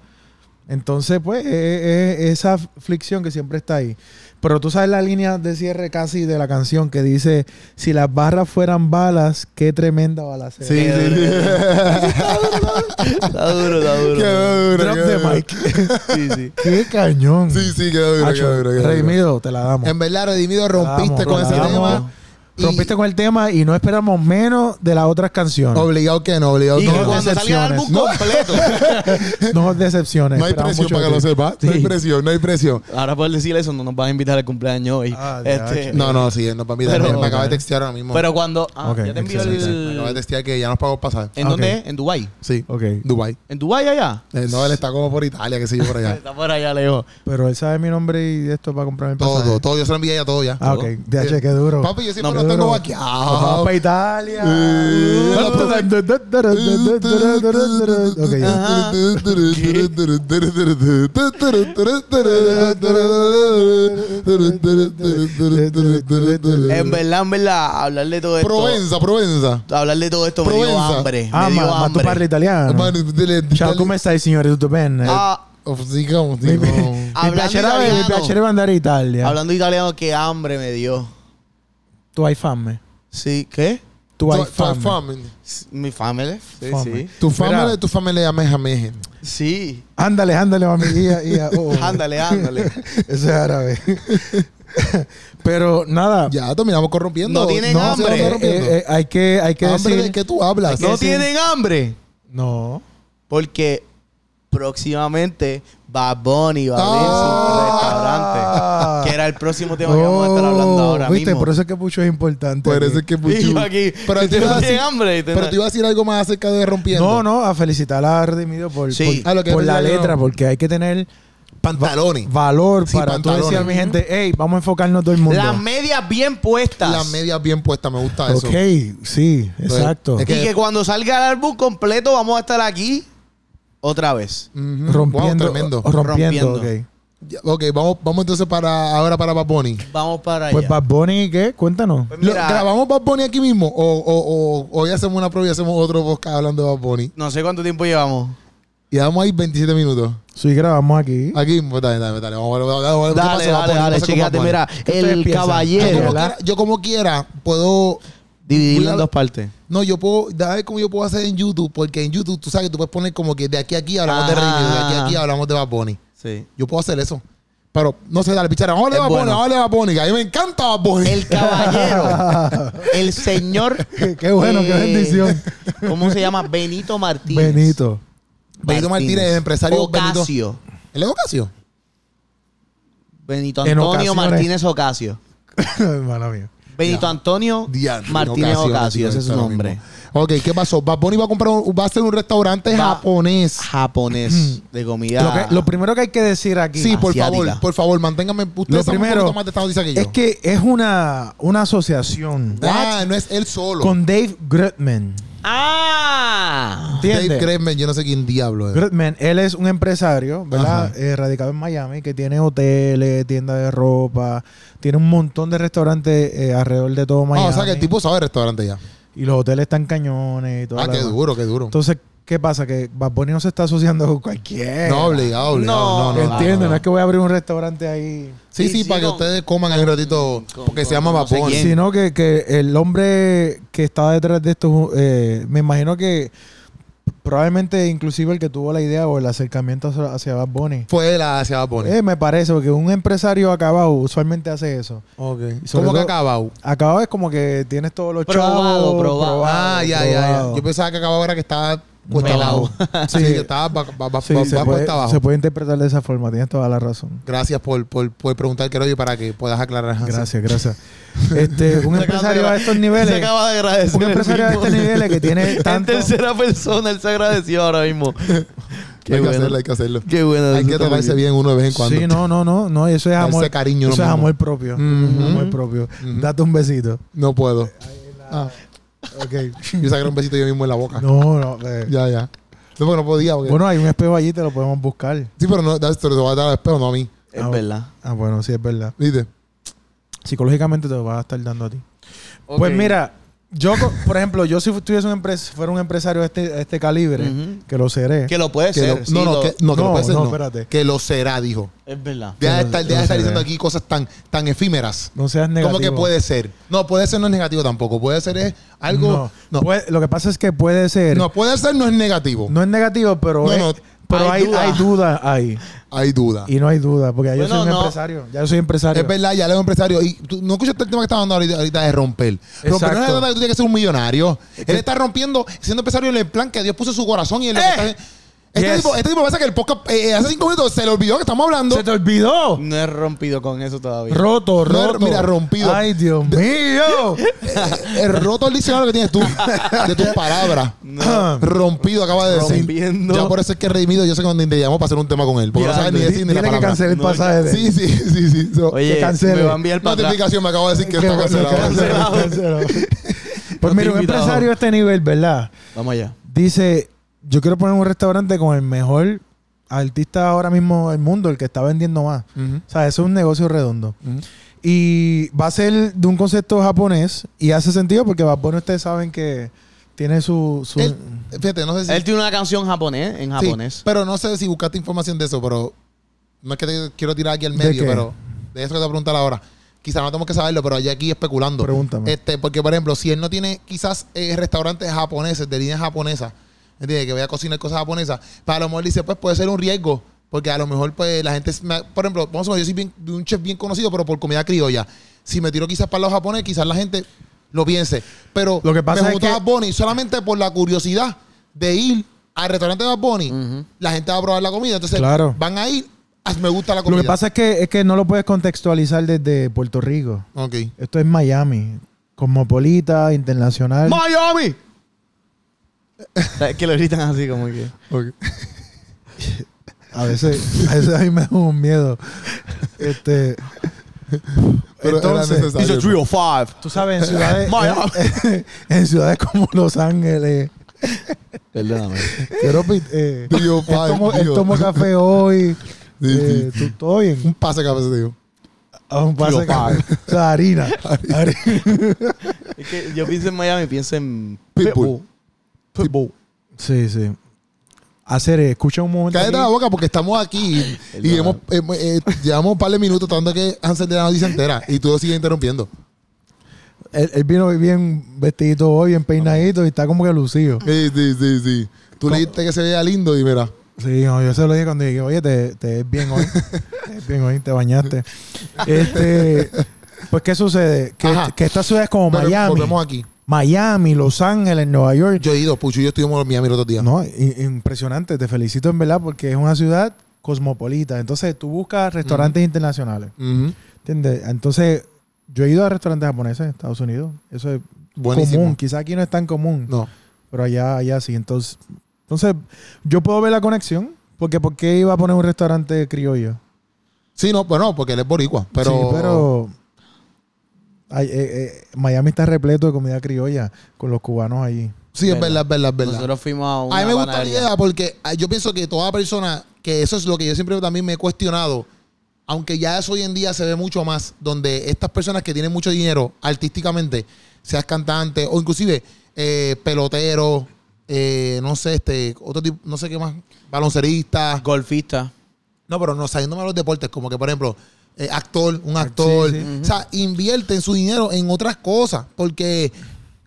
Speaker 2: Entonces, pues, es, es esa aflicción que siempre está ahí. Pero tú sabes la línea de cierre casi de la canción que dice, si las barras fueran balas, qué tremenda balacera.
Speaker 3: Sí,
Speaker 1: Qué
Speaker 3: sí,
Speaker 1: duro,
Speaker 3: sí.
Speaker 1: Está duro, está duro.
Speaker 3: Qué duro,
Speaker 2: Drop
Speaker 3: qué
Speaker 2: the
Speaker 3: duro.
Speaker 2: mic.
Speaker 3: <laughs>
Speaker 1: Sí, sí.
Speaker 2: qué cañón.
Speaker 3: Sí, sí, qué duro, qué
Speaker 2: Hacho,
Speaker 3: duro, qué duro.
Speaker 2: redimido, te la damos.
Speaker 3: En verdad, Redimido, rompiste
Speaker 2: Vamos,
Speaker 3: con ese
Speaker 2: vamos.
Speaker 3: tema. Y-
Speaker 2: Rompiste con el tema y no esperamos menos de las otras canciones.
Speaker 3: Obligado que no, obligado
Speaker 1: Y
Speaker 3: que
Speaker 1: que
Speaker 2: no,
Speaker 3: no.
Speaker 1: cuando salga el álbum
Speaker 2: no.
Speaker 1: completo.
Speaker 2: No decepciones.
Speaker 3: No hay
Speaker 2: esperamos
Speaker 3: presión
Speaker 2: mucho
Speaker 3: para
Speaker 2: de
Speaker 3: que lo
Speaker 2: ti.
Speaker 3: sepas. No hay
Speaker 2: Sí.
Speaker 3: presión, no hay presión.
Speaker 1: <laughs> Ahora por decir eso, no nos van a invitar al cumpleaños hoy.
Speaker 2: Ah,
Speaker 1: Este,
Speaker 3: No, no, sí, no, para mí
Speaker 1: Pero-
Speaker 3: también. Me acaba de textear ahora mismo.
Speaker 1: Pero cuando. Ah,
Speaker 2: Ok,
Speaker 1: ya te envío
Speaker 2: excelente.
Speaker 3: Me acaba de
Speaker 1: el.
Speaker 3: textear que ya nos pagó el pasaje.
Speaker 1: ¿En
Speaker 2: Ah,
Speaker 1: dónde
Speaker 2: ok.
Speaker 1: es? ¿En Dubái?
Speaker 3: Sí.
Speaker 2: Ok.
Speaker 3: Dubai.
Speaker 1: ¿En Dubái allá?
Speaker 3: Eh, no, él está como por Italia, que sé yo,
Speaker 2: <laughs>
Speaker 3: por allá.
Speaker 1: Está por allá, Leo.
Speaker 2: Pero él sabe mi nombre y esto para comprarme el pasaje.
Speaker 3: todo, todo. Yo se lo envié ya todo ya.
Speaker 2: Ah, ok.
Speaker 3: Todo.
Speaker 2: DH, qué duro.
Speaker 3: Papi, yo siempre
Speaker 1: No,
Speaker 3: lo
Speaker 2: qué
Speaker 3: tengo
Speaker 2: duro. Nos vamos
Speaker 3: vaqueado. <laughs>
Speaker 2: para Italia.
Speaker 3: Eh,
Speaker 2: Ok, ya.
Speaker 1: Ajá. En verdad, en verdad, hablar de
Speaker 2: <laughs>
Speaker 1: todo esto.
Speaker 3: Provenza, Provenza.
Speaker 1: Hablar de todo esto me dio
Speaker 3: Provenza.
Speaker 1: hambre.
Speaker 2: Ah,
Speaker 1: me dio
Speaker 2: ma, ma tu
Speaker 1: hambre.
Speaker 2: parli italiano. Ciao, come stai, signore? Tutto bene?
Speaker 1: Ah,
Speaker 2: <laughs>
Speaker 3: Sigamos, sigamos.
Speaker 2: mi,
Speaker 1: hablando
Speaker 2: piacerebbe, mi
Speaker 1: italiano.
Speaker 2: piacerebbe andare in Italia.
Speaker 1: hablando italiano, qué hambre me dio.
Speaker 2: Tu hai fame?
Speaker 1: Sí, ¿qué?
Speaker 2: Tu hai fame?
Speaker 1: S- Mi familia. Sí,
Speaker 2: Fame.
Speaker 1: sí.
Speaker 3: Tu
Speaker 2: Mira.
Speaker 3: familia, tu familia a Mejamejen.
Speaker 1: Sí.
Speaker 2: Ándale, ándale, mami. Ia, ia, oh.
Speaker 1: <laughs> Ándale, <laughs> ándale.
Speaker 2: <laughs> Eso es árabe. Pero nada,
Speaker 3: Ya terminamos corrompiendo.
Speaker 1: No tienen
Speaker 2: no,
Speaker 1: hambre.
Speaker 2: eh, eh, eh, hay que, hay que
Speaker 3: ¿Hambre
Speaker 2: decir...
Speaker 3: de qué tú hablas?
Speaker 1: ¿No tienen hambre?
Speaker 2: No.
Speaker 1: Porque próximamente Bad Bunny va a abrir
Speaker 2: Ah.
Speaker 1: su restaurante. Que era el próximo tema que vamos a estar hablando ahora
Speaker 2: Oh, ¿Viste?
Speaker 1: mismo.
Speaker 2: Por eso es que Pucho es importante.
Speaker 3: Por
Speaker 2: aquí.
Speaker 3: eso es que
Speaker 1: y
Speaker 3: Puchu-
Speaker 1: yo aquí,
Speaker 3: Pero te
Speaker 1: tú
Speaker 3: iba
Speaker 1: no
Speaker 3: a decir-
Speaker 1: tienes hambre. y te-
Speaker 3: pero te iba a decir algo más acerca de rompiendo.
Speaker 2: No, no, a felicitar a Redimido por,
Speaker 1: Sí.
Speaker 2: por,
Speaker 3: Ah, lo que
Speaker 2: por
Speaker 3: decía
Speaker 2: la
Speaker 3: yo.
Speaker 2: letra, porque hay que tener
Speaker 3: Pantalones.
Speaker 2: valor
Speaker 3: Sí,
Speaker 2: para tú
Speaker 3: pantalones.
Speaker 2: decir a mi gente, hey, vamos a enfocarnos todo el mundo.
Speaker 1: Las medias bien puestas.
Speaker 3: Las medias bien puestas, me gusta eso.
Speaker 2: ok, sí, exacto.
Speaker 3: es
Speaker 1: Y que cuando salga el álbum completo vamos a estar aquí otra vez.
Speaker 3: Ujú. mm, Wow,
Speaker 2: rompiendo, oh,
Speaker 3: tremendo.
Speaker 2: rompiendo,
Speaker 1: Rompiendo.
Speaker 2: ok.
Speaker 3: Ya, Ok, vamos, vamos entonces para ahora para Bad Bunny.
Speaker 1: Vamos para allá.
Speaker 2: Pues Bad Bunny, ¿qué? Cuéntanos.
Speaker 1: Pues
Speaker 3: Lo-
Speaker 1: mira,
Speaker 3: ¿Grabamos Bad Bunny aquí mismo? ¿O, o, o- hoy hacemos una prueba y hacemos otro podcast hablando de Bad Bunny?
Speaker 1: no sé cuánto tiempo llevamos.
Speaker 3: Y damos ahí 27 minutos.
Speaker 2: Sí, grabamos aquí.
Speaker 3: Aquí mismo, dale, dale, dale. Vamos, vamos, vamos, vamos, ¿qué
Speaker 1: Dale,
Speaker 3: pasó,
Speaker 1: dale,
Speaker 3: Bad Bunny? ¿Qué
Speaker 1: dale,
Speaker 3: pasó con
Speaker 1: checate,
Speaker 3: Bad Bunny?
Speaker 1: mira,
Speaker 2: ¿Qué ustedes
Speaker 1: el
Speaker 2: piensan?
Speaker 3: Yo
Speaker 1: caballero
Speaker 3: como,
Speaker 2: ¿verdad?
Speaker 3: quiera, yo como quiera puedo... voy
Speaker 1: dividirlo
Speaker 3: a-
Speaker 1: en dos partes.
Speaker 3: No, yo puedo... Dale como yo puedo hacer en YouTube. Porque en YouTube, tú sabes que tú puedes poner como que de aquí a aquí hablamos de
Speaker 1: Ajá.
Speaker 3: Remy, de aquí a aquí hablamos de Bad Bunny.
Speaker 1: Sí.
Speaker 3: Yo puedo hacer eso. Pero, no sé, dale, pichara. Vamos a
Speaker 1: Es
Speaker 3: Bad Bunny,
Speaker 1: bueno.
Speaker 3: vamos a Bad Bunny. que A mí me encanta Bad Bunny.
Speaker 1: El
Speaker 2: <laughs>
Speaker 1: caballero, el señor. eh,
Speaker 2: Qué- <laughs> qué bueno, qué
Speaker 1: <laughs>
Speaker 2: bendición.
Speaker 1: ¿Cómo se llama? Benito Martínez.
Speaker 2: Benito.
Speaker 3: <laughs> Benito Martínez, el empresario Benito.
Speaker 1: Ocasio.
Speaker 3: ¿Él es Ocasio?
Speaker 1: Benito
Speaker 2: En
Speaker 1: Antonio
Speaker 2: ocasiones.
Speaker 1: Martínez Ocasio.
Speaker 2: <laughs> Mala mía.
Speaker 1: Benito Antonio
Speaker 3: Diantre,
Speaker 1: Martínez
Speaker 3: Ocasio,
Speaker 1: Ocasio, ese es su
Speaker 3: ahora
Speaker 1: nombre.
Speaker 3: mismo. Ok, ¿qué pasó? Bad Bunny va a comprar un, va a hacer un restaurante
Speaker 1: Va-
Speaker 3: japonés.
Speaker 1: Japonés de comida.
Speaker 2: Mm. Lo, que- lo primero que hay que decir aquí
Speaker 3: Sí, por
Speaker 1: asiática.
Speaker 3: favor, por favor, manténgame. Usted
Speaker 2: Lo primero
Speaker 3: más de esta noticia que yo.
Speaker 2: es que es una, una asociación
Speaker 3: ah, no es él solo.
Speaker 2: con Dave Grutman.
Speaker 1: ¡Ah!
Speaker 3: Dave
Speaker 2: ¿Entiendes?
Speaker 3: Grefman, yo no sé quién diablo es.
Speaker 2: Grutman, él es un empresario, ¿verdad?
Speaker 3: Ajá.
Speaker 2: Eh, radicado en Miami, que tiene hoteles, tiendas de ropa, tiene un montón de restaurantes eh, alrededor de todo Miami.
Speaker 3: Ah, o sea que el tipo sabe de restaurante ya.
Speaker 2: Y los hoteles están cañones y todo.
Speaker 3: Ah, qué duro, qué duro.
Speaker 2: Entonces, ¿qué pasa? Que Bad Bunny no se está asociando con cualquiera.
Speaker 3: No, obligado, obligado. No,
Speaker 1: No,
Speaker 3: no, no,
Speaker 2: Entiendo,
Speaker 3: no,
Speaker 2: no
Speaker 3: no.
Speaker 2: es que voy a abrir un restaurante ahí.
Speaker 3: Sí,
Speaker 1: Sí,
Speaker 3: sí, para
Speaker 1: sí,
Speaker 3: que
Speaker 1: con-
Speaker 3: ustedes coman ahí un ratito.
Speaker 1: con-
Speaker 3: Porque se
Speaker 1: con-
Speaker 3: llama
Speaker 1: no
Speaker 3: Bad
Speaker 1: sé
Speaker 3: Bunny.
Speaker 1: quién.
Speaker 3: Sí.
Speaker 2: Sino que, que el hombre que está detrás de esto, eh, me imagino que probablemente inclusive el que tuvo la idea o el acercamiento hacia, hacia Bad Bunny.
Speaker 3: Fue la hacia Bad Bunny.
Speaker 2: Eh, me parece, porque un empresario acabado usualmente hace eso. Y sobre
Speaker 3: ¿Cómo que
Speaker 2: todo-
Speaker 3: acabado?
Speaker 2: Acabado es como que tienes todos los
Speaker 1: Probado,
Speaker 2: chavos.
Speaker 1: probado.
Speaker 3: Ah, ya, ya, ya.
Speaker 2: probado.
Speaker 3: Yo pensaba que acababa era que estaba cuesta
Speaker 1: Pelado.
Speaker 3: abajo.
Speaker 2: <laughs>
Speaker 3: Sí,
Speaker 2: Sí.
Speaker 3: que estaba ba- ba- ba-
Speaker 2: Sí,
Speaker 3: ba-
Speaker 2: se,
Speaker 3: ba-
Speaker 2: puede,
Speaker 3: cuesta abajo.
Speaker 2: se puede interpretar de esa forma, tienes toda la razón.
Speaker 3: Gracias por, por, por preguntar, quiero y para que puedas aclarar. Hansen. <laughs>
Speaker 1: <laughs>
Speaker 2: Gracias, gracias. Este, un
Speaker 1: Se acaba
Speaker 2: empresario
Speaker 1: de-
Speaker 2: a estos
Speaker 1: Se
Speaker 2: niveles,
Speaker 1: acaba de agradecer.
Speaker 2: un
Speaker 1: el
Speaker 2: empresario a este
Speaker 1: mismo.
Speaker 2: estos niveles
Speaker 1: <laughs>
Speaker 2: que tiene
Speaker 1: En
Speaker 2: tanto...
Speaker 1: tercera persona, él se agradeció ahora mismo. Qué
Speaker 3: <laughs> hay que
Speaker 1: bueno.
Speaker 3: hacerlo, hay que hacerlo.
Speaker 1: Qué bueno.
Speaker 3: Hay que
Speaker 1: eso
Speaker 3: tratarse
Speaker 1: también.
Speaker 3: bien uno de vez en cuando.
Speaker 2: Sí, no, no, no, no, eso es
Speaker 3: Darse
Speaker 2: amor.
Speaker 3: cariño uno
Speaker 2: eso es
Speaker 3: mismo.
Speaker 2: amor propio.
Speaker 3: Ujú.
Speaker 2: Amor propio.
Speaker 3: Ujú.
Speaker 2: Date un besito.
Speaker 3: No puedo. Ah,
Speaker 2: Ok.
Speaker 3: yo sacaré un besito yo mismo en la boca.
Speaker 2: <laughs> No, no. eh.
Speaker 3: Ya, ya. No, porque no podía. porque-
Speaker 2: Bueno, hay un espejo allí, te lo podemos buscar.
Speaker 3: Sí, pero no, da- se lo va a dar al espejo, no a mí.
Speaker 1: Es verdad.
Speaker 2: Ah, bueno, sí, es verdad.
Speaker 3: ¿Viste?
Speaker 2: Psicológicamente te lo vas a estar dando a ti. Pues mira, yo, co- por ejemplo, yo si tuviese un empres- fuera un empresario de este, de este calibre,
Speaker 1: Ujú.
Speaker 2: que lo seré.
Speaker 1: Que lo puede
Speaker 3: Que
Speaker 1: ser.
Speaker 3: lo-
Speaker 1: sí,
Speaker 3: no, no,
Speaker 1: lo-
Speaker 3: que, no, que lo
Speaker 2: No,
Speaker 3: puede ser,
Speaker 2: no,
Speaker 3: no.
Speaker 2: espérate.
Speaker 3: Que lo será, dijo.
Speaker 1: Es verdad.
Speaker 3: Deja de
Speaker 2: lo-
Speaker 3: estar,
Speaker 2: que
Speaker 3: deja de
Speaker 2: lo
Speaker 3: estar
Speaker 2: será.
Speaker 3: diciendo aquí cosas tan, tan efímeras.
Speaker 2: No seas negativo.
Speaker 3: Como que puede ser? No, puede ser no es negativo tampoco. Puede ser es algo.
Speaker 2: No, Puede- lo que pasa es que puede ser.
Speaker 3: No, puede ser no es negativo.
Speaker 2: No es negativo, pero
Speaker 3: No,
Speaker 2: es-
Speaker 3: no.
Speaker 2: Pero
Speaker 1: Hay
Speaker 2: hay,
Speaker 1: duda.
Speaker 2: hay duda ahí.
Speaker 3: Hay duda.
Speaker 2: Y no hay duda, porque ya yo
Speaker 1: Bueno,
Speaker 2: soy un
Speaker 1: no.
Speaker 2: empresario. Ya yo soy empresario.
Speaker 3: Es verdad, ya eres un empresario. Y tú, no escuchaste el tema que estaba hablando ahorita, ahorita de romper. Romper no
Speaker 2: Exacto.
Speaker 3: se trata de que tú tienes que ser un millonario. Él está rompiendo, siendo empresario en el plan que Dios puso en su corazón y en lo que está- Este,
Speaker 2: ¡Eh! Yes.
Speaker 3: tipo, este tipo pasa que el podcast eh, hace cinco minutos se le olvidó que estamos hablando.
Speaker 2: Se te olvidó.
Speaker 1: No he rompido con eso todavía.
Speaker 2: Roto,
Speaker 3: No,
Speaker 2: roto.
Speaker 3: mira, rompido.
Speaker 2: Ay, Dios mío.
Speaker 3: Eh, roto <laughs> el diccionario que tienes tú de tus palabras. <laughs>
Speaker 2: Ah.
Speaker 3: Rompido, acaba de decir.
Speaker 1: Rompiendo.
Speaker 3: Ya por eso es que redimido, yo sé cuando te llamó para hacer un tema con él. Porque no sabes ni
Speaker 2: Di-
Speaker 3: decir ni
Speaker 2: Dile
Speaker 3: la
Speaker 2: que
Speaker 3: palabra.
Speaker 2: cancele el
Speaker 1: No,
Speaker 2: pasaje de
Speaker 3: Sí, sí, sí, sí. So,
Speaker 1: Oye,
Speaker 2: que cancele.
Speaker 1: me va a enviar para atrás.
Speaker 3: notificación me acabo de decir
Speaker 1: <laughs>
Speaker 3: que
Speaker 2: Que
Speaker 3: está
Speaker 2: bueno,
Speaker 3: cancelado.
Speaker 2: cancelado, cancelado. Pues mira, un
Speaker 1: invitado.
Speaker 2: empresario de este nivel, ¿verdad?
Speaker 1: Vamos allá.
Speaker 2: Dice, yo quiero poner un restaurante con el mejor artista ahora mismo del mundo, el que está vendiendo más.
Speaker 3: Ujú.
Speaker 2: O sea, eso es un negocio redondo.
Speaker 3: Ujú.
Speaker 2: Y va a ser de un concepto japonés y hace sentido porque Bad Bunny ustedes saben que tiene su... su-
Speaker 3: <laughs> Él- Fíjate, no sé si.
Speaker 1: Él tiene una canción japonés, en
Speaker 3: Sí,
Speaker 1: japonés.
Speaker 3: pero no sé si buscaste información de eso, pero no es que te quiero tirar aquí al
Speaker 2: ¿De
Speaker 3: medio,
Speaker 2: qué?
Speaker 3: pero de eso que te voy a preguntar ahora. Quizás no tenemos que saberlo, pero allá aquí especulando.
Speaker 2: Pregúntame.
Speaker 3: Este, porque, por ejemplo, si él no tiene quizás eh, restaurantes japoneses, de líneas japonesas, ¿entiendes? que voy a cocinar cosas japonesas, para lo mejor dice, pues puede ser un riesgo, porque a lo mejor pues la gente, es- me- por ejemplo, vamos a ver, yo soy bien- de un chef bien conocido, pero por comida criolla. Si me tiro quizás para los japoneses, quizás la gente lo piense. Pero
Speaker 2: Lo que pasa
Speaker 3: me
Speaker 2: es
Speaker 3: juntó
Speaker 2: que-
Speaker 3: Bad Bunny solamente por la curiosidad de ir al restaurante de Bad Bunny, la gente va a probar la comida, entonces
Speaker 2: Mm. Claro.
Speaker 3: van a ir, a- me gusta la comida.
Speaker 2: Lo que pasa es que, es que no lo puedes contextualizar desde Puerto Rico.
Speaker 3: Ok.
Speaker 2: Esto es Miami, cosmopolita, internacional.
Speaker 1: ¡Miami! <laughs> es que lo gritan así como que.
Speaker 2: A veces, a veces a mí me da un miedo. Este,
Speaker 3: Pero era
Speaker 2: entonces,
Speaker 3: necesario.
Speaker 1: o five.
Speaker 2: tú sabes, en ciudades,
Speaker 1: Miami.
Speaker 2: en, en ciudades como Los Ángeles,
Speaker 3: <laughs>
Speaker 1: Perdóname.
Speaker 2: quiero pi- eh,
Speaker 3: Three oh
Speaker 2: él
Speaker 3: five,
Speaker 2: tomó- él
Speaker 3: tío.
Speaker 2: tomó café hoy.
Speaker 3: Sí,
Speaker 2: eh, tú- todo bien.
Speaker 3: Un pase que a veces digo.
Speaker 2: A un pase
Speaker 1: Three oh
Speaker 2: café. O sea, harina. Harina.
Speaker 1: Es que yo pienso en Miami, pienso en.
Speaker 3: Pitbull.
Speaker 2: Pues,
Speaker 1: Pitbull.
Speaker 2: Sí, sí. Hacer, eh, escucha un momento.
Speaker 3: Cállate
Speaker 2: aquí.
Speaker 3: la boca porque estamos
Speaker 2: <laughs>
Speaker 3: aquí y, y
Speaker 1: Perdona.
Speaker 3: hemos, hemos- eh, llevamos un par de minutos tratando que Hansel de la noticia entera y tú lo sigues interrumpiendo.
Speaker 2: Él, él vino bien vestidito hoy, bien peinadito y está como que lucido.
Speaker 3: Sí, sí, sí, sí. Tú le dijiste que se veía lindo y mira.
Speaker 2: Sí, no, yo se lo dije cuando dije, oye, te, te ves bien
Speaker 3: <laughs>
Speaker 2: hoy. te ves bien hoy, te bañaste. Este, pues, ¿qué sucede? Que,
Speaker 3: Ajá.
Speaker 2: que estas ciudades como
Speaker 3: Pero
Speaker 2: Miami,
Speaker 3: Volvemos aquí.
Speaker 2: Miami, Los Ángeles, Nueva York.
Speaker 3: Yo he ido, Pucho, y yo estuvimos en Miami el otro día.
Speaker 2: No, i- impresionante. Te felicito en verdad porque es una ciudad cosmopolita. Entonces, tú buscas restaurantes internacionales.
Speaker 3: Ujú.
Speaker 2: ¿Entiendes? Entonces, yo he ido a restaurantes japoneses en Estados Unidos. Eso es
Speaker 3: Buenísimo.
Speaker 2: común. Quizá aquí no es tan común.
Speaker 3: No.
Speaker 2: Pero allá, allá sí. Entonces, entonces yo puedo ver la conexión. Porque ¿por qué iba a poner un restaurante criollo?
Speaker 3: Sí, no, bueno, porque él es boricua. Pero,
Speaker 2: Sí, pero ay, eh, eh, Miami está repleto de comida criolla con los cubanos allí.
Speaker 3: Sí, es verdad, es verdad, es verdad.
Speaker 1: Nosotros fuimos a una.
Speaker 3: A mí me gusta la
Speaker 1: panadería.
Speaker 3: idea porque ah, yo pienso que toda persona, que eso es lo que yo siempre también me he cuestionado, aunque ya eso hoy en día se ve mucho más, donde estas personas que tienen mucho dinero artísticamente, seas cantante o inclusive eh, pelotero, eh, no sé, este, otro tipo, no sé qué más, baloncerista,
Speaker 1: Golfista.
Speaker 3: no, pero no saliéndome a los deportes, como que por ejemplo, eh, actor, un actor.
Speaker 2: Sí, sí.
Speaker 3: O sea, invierten su dinero en otras cosas. Porque,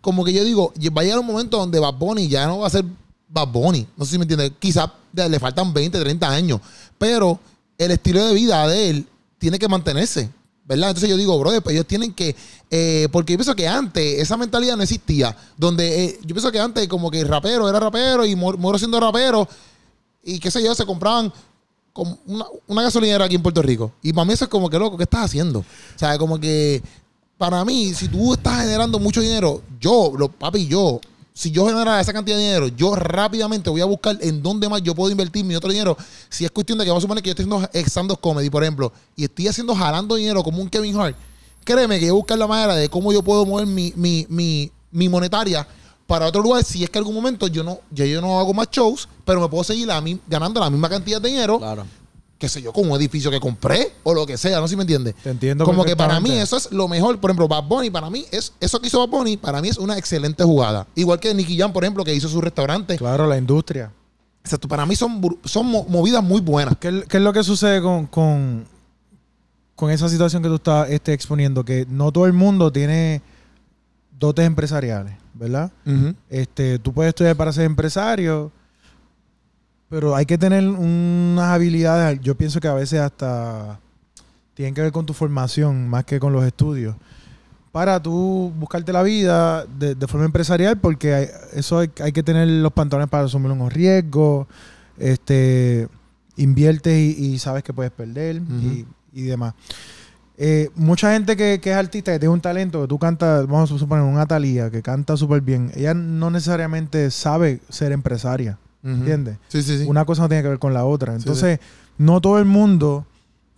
Speaker 3: como que yo digo, va a llegar un momento donde Bad Bunny ya no va a ser Bad Bunny. No sé si me entiendes. Quizás de- le faltan 20, 30 años. Pero el estilo de vida de él tiene que mantenerse. ¿Verdad? Entonces yo digo, brother, pues ellos tienen que. eh, porque yo pienso que antes esa mentalidad no existía. Donde eh, yo pienso que antes, como que rapero era rapero y mor- moro siendo rapero y qué sé yo, se compraban como una, una gasolinera aquí en Puerto Rico. Y para mí eso es como que loco, ¿qué estás haciendo? O sea, como que para mí, si tú estás generando mucho dinero, yo, lo, papi, yo, si yo generara esa cantidad de dinero, yo rápidamente voy a buscar en dónde más yo puedo invertir mi otro dinero. Si es cuestión de que vamos a suponer que yo estoy haciendo stand-up comedy, por ejemplo, y estoy haciendo jalando dinero como un Kevin Hart, créeme que yo voy a buscar la manera de cómo yo puedo mover mi, mi, mi, mi monetaria para otro lugar si es que en algún momento yo no, ya yo no hago más shows, pero me puedo seguir la mi- ganando la misma cantidad de dinero
Speaker 1: Claro.
Speaker 3: qué sé yo, con un edificio que compré o lo que sea, no sé si me entiendes.
Speaker 2: Te entiendo
Speaker 3: Como que para mí
Speaker 2: perfectamente.
Speaker 3: eso es lo mejor. Por ejemplo, Bad Bunny, para mí, es, eso que hizo Bad Bunny, para mí es una excelente jugada. Igual que Nicky Jam, por ejemplo, que hizo su restaurante.
Speaker 2: Claro, la industria.
Speaker 3: Exacto, para mí son, bur- son mo- movidas muy buenas.
Speaker 2: ¿Qué, es- qué es lo que sucede con, con, con esa situación que tú estás este, exponiendo? Que no todo el mundo tiene dotes empresariales, ¿verdad? Este, tú puedes estudiar para ser empresario, Pero hay que tener unas habilidades, yo pienso que a veces hasta tienen que ver con tu formación más que con los estudios. Para tú buscarte la vida de, de forma empresarial, porque hay- eso hay, hay que tener los pantalones para asumir unos riesgos, este, inviertes y, y sabes que puedes perder y- y, demás. Eh, mucha gente que, que es artista, que tiene un talento, que tú cantas, vamos a suponer, una Talía, que canta súper bien, ella no necesariamente sabe ser empresaria,
Speaker 3: Ujú.
Speaker 2: ¿entiendes?
Speaker 3: Sí, sí, sí.
Speaker 2: Una cosa no tiene que ver con la otra. Entonces, no todo el mundo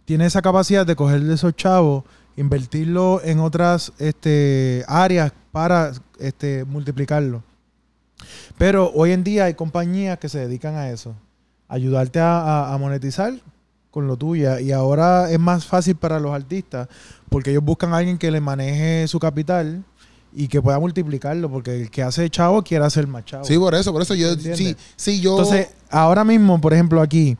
Speaker 2: tiene esa capacidad de coger de esos chavos, invertirlo en otras este, áreas para este, multiplicarlo. Pero hoy en día hay compañías que se dedican a eso, ayudarte a, a- a monetizar con lo tuya. Y ahora es más fácil para los artistas porque ellos buscan a alguien que le maneje su capital y que pueda multiplicarlo, porque el que hace chavo quiere hacer más chavo.
Speaker 3: Sí, por eso, por eso yo.
Speaker 2: ¿Entiendes?
Speaker 3: Sí, sí, yo.
Speaker 2: Entonces, ahora mismo, por ejemplo, aquí,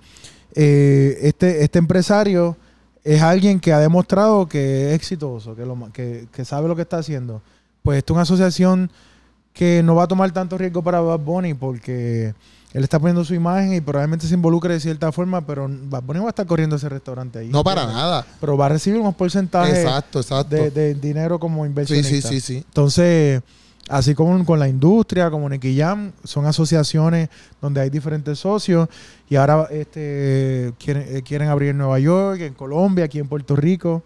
Speaker 2: eh, este, este empresario es alguien que ha demostrado que es exitoso, que, lo ma- que, que sabe lo que está haciendo. Pues esta es una asociación que no va a tomar tanto riesgo para Bad Bunny porque él está poniendo su imagen y probablemente se involucre de cierta forma, pero Bad Bunny va a estar corriendo ese restaurante ahí.
Speaker 3: no para nada.
Speaker 2: Pero va a recibir unos porcentajes
Speaker 3: Exacto, exacto.
Speaker 2: de, de dinero como
Speaker 3: sí,
Speaker 2: inversionista.
Speaker 3: sí, sí, sí.
Speaker 2: Entonces, así como con la industria, como Nicky Jam, son asociaciones donde hay diferentes socios y ahora este, quieren, eh, quieren abrir en Nueva York, en Colombia, aquí en Puerto Rico.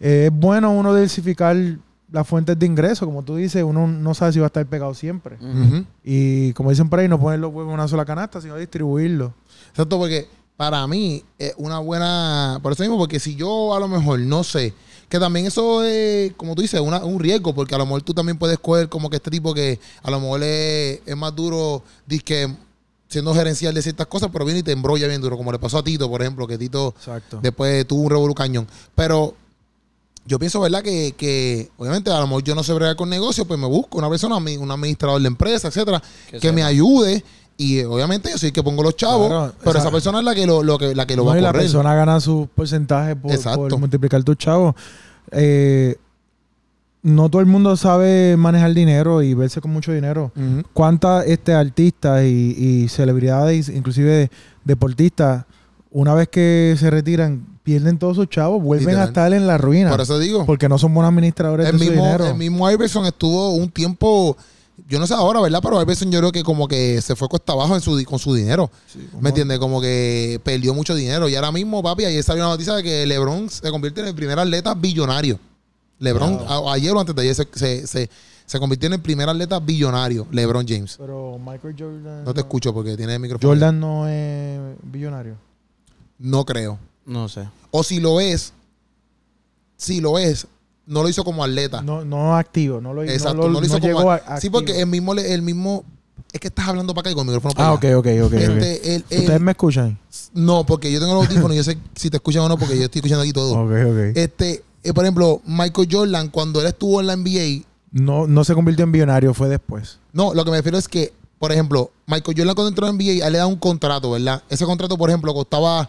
Speaker 2: Eh, es bueno uno diversificar las fuentes de ingreso, como tú dices, uno no sabe si va a estar pegado siempre.
Speaker 3: Ujú.
Speaker 2: Y como dicen por ahí, no poner los huevos en una sola canasta, sino distribuirlos.
Speaker 3: Exacto, porque para mí es una buena. Por eso mismo, porque si yo a lo mejor no sé, que también eso es, como tú dices, una- un riesgo, porque a lo mejor tú también puedes coger como que este tipo que a lo mejor es, es más duro, que siendo gerencial de ciertas cosas, pero viene y te embrolla bien duro, como le pasó a Tito, por ejemplo, que Tito
Speaker 2: Exacto.
Speaker 3: después tuvo un revolú cañón. Pero yo pienso, ¿verdad? Que, que, obviamente a lo mejor yo no sé bregar con negocios, pues me busco una persona, mi- un administrador de empresa, etcétera, que,
Speaker 1: sepa.
Speaker 3: me ayude. Y eh, obviamente yo soy el que pongo los chavos,
Speaker 2: Claro,
Speaker 3: pero esa
Speaker 2: exacto.
Speaker 3: persona es la que lo, lo que, la que lo
Speaker 2: No,
Speaker 3: va
Speaker 2: y
Speaker 3: a
Speaker 2: la
Speaker 3: correr.
Speaker 2: persona gana su porcentaje por,
Speaker 3: Exacto.
Speaker 2: por multiplicar tus chavos. Eh, no todo el mundo sabe manejar dinero y verse con mucho dinero.
Speaker 3: Ujú.
Speaker 2: ¿Cuántas este, artistas y, y celebridades, inclusive deportistas, una vez que se retiran, pierden todos sus chavos, vuelven
Speaker 3: Literal.
Speaker 2: a estar en la ruina?
Speaker 3: Por eso digo,
Speaker 2: porque no son buenos administradores
Speaker 3: el
Speaker 2: de su
Speaker 3: mismo,
Speaker 2: dinero.
Speaker 3: el mismo Iverson estuvo un tiempo, yo no sé ahora, ¿verdad? Pero Iverson yo creo que como que se fue cuesta abajo en su, di- con su dinero. ¿Me entiendes? Como que perdió mucho dinero. Y ahora mismo, papi, ayer salió una noticia de que LeBron se convierte en el primer atleta billonario. LeBron, a- ayer o antes de ayer, se, se, se- se convirtió en el primer atleta billonario, LeBron James.
Speaker 2: Pero Michael Jordan.
Speaker 3: No te escucho porque tiene el micrófono.
Speaker 2: Jordan no es billonario.
Speaker 3: No creo.
Speaker 1: No sé.
Speaker 3: O si lo es, si lo es, no lo hizo como atleta.
Speaker 2: No, no activo, no lo,
Speaker 3: Ah. Exacto,
Speaker 2: no
Speaker 3: no
Speaker 2: lo-
Speaker 3: lo, hizo
Speaker 2: no
Speaker 3: como
Speaker 2: llegó
Speaker 3: atleta.
Speaker 2: a-
Speaker 3: Sí,
Speaker 2: activo.
Speaker 3: porque el mismo, le- el mismo... Es que estás hablando para acá y con el micrófono para
Speaker 2: Ah,
Speaker 3: allá.
Speaker 2: ok, ok, ok. ok.
Speaker 3: Este, el- el-
Speaker 2: ¿Ustedes me escuchan?
Speaker 3: no, porque yo tengo los audífonos y yo sé si te escuchan o no porque yo estoy escuchando aquí todo.
Speaker 2: Ok, ok.
Speaker 3: Este, eh, por ejemplo, Michael Jordan, cuando él estuvo en la NBA,
Speaker 2: no, no se convirtió en billonario, fue después.
Speaker 3: no, lo que me refiero es que, por ejemplo, Michael Jordan cuando entró en la NBA, a él le da un contrato, ¿verdad? Ese contrato, por ejemplo, costaba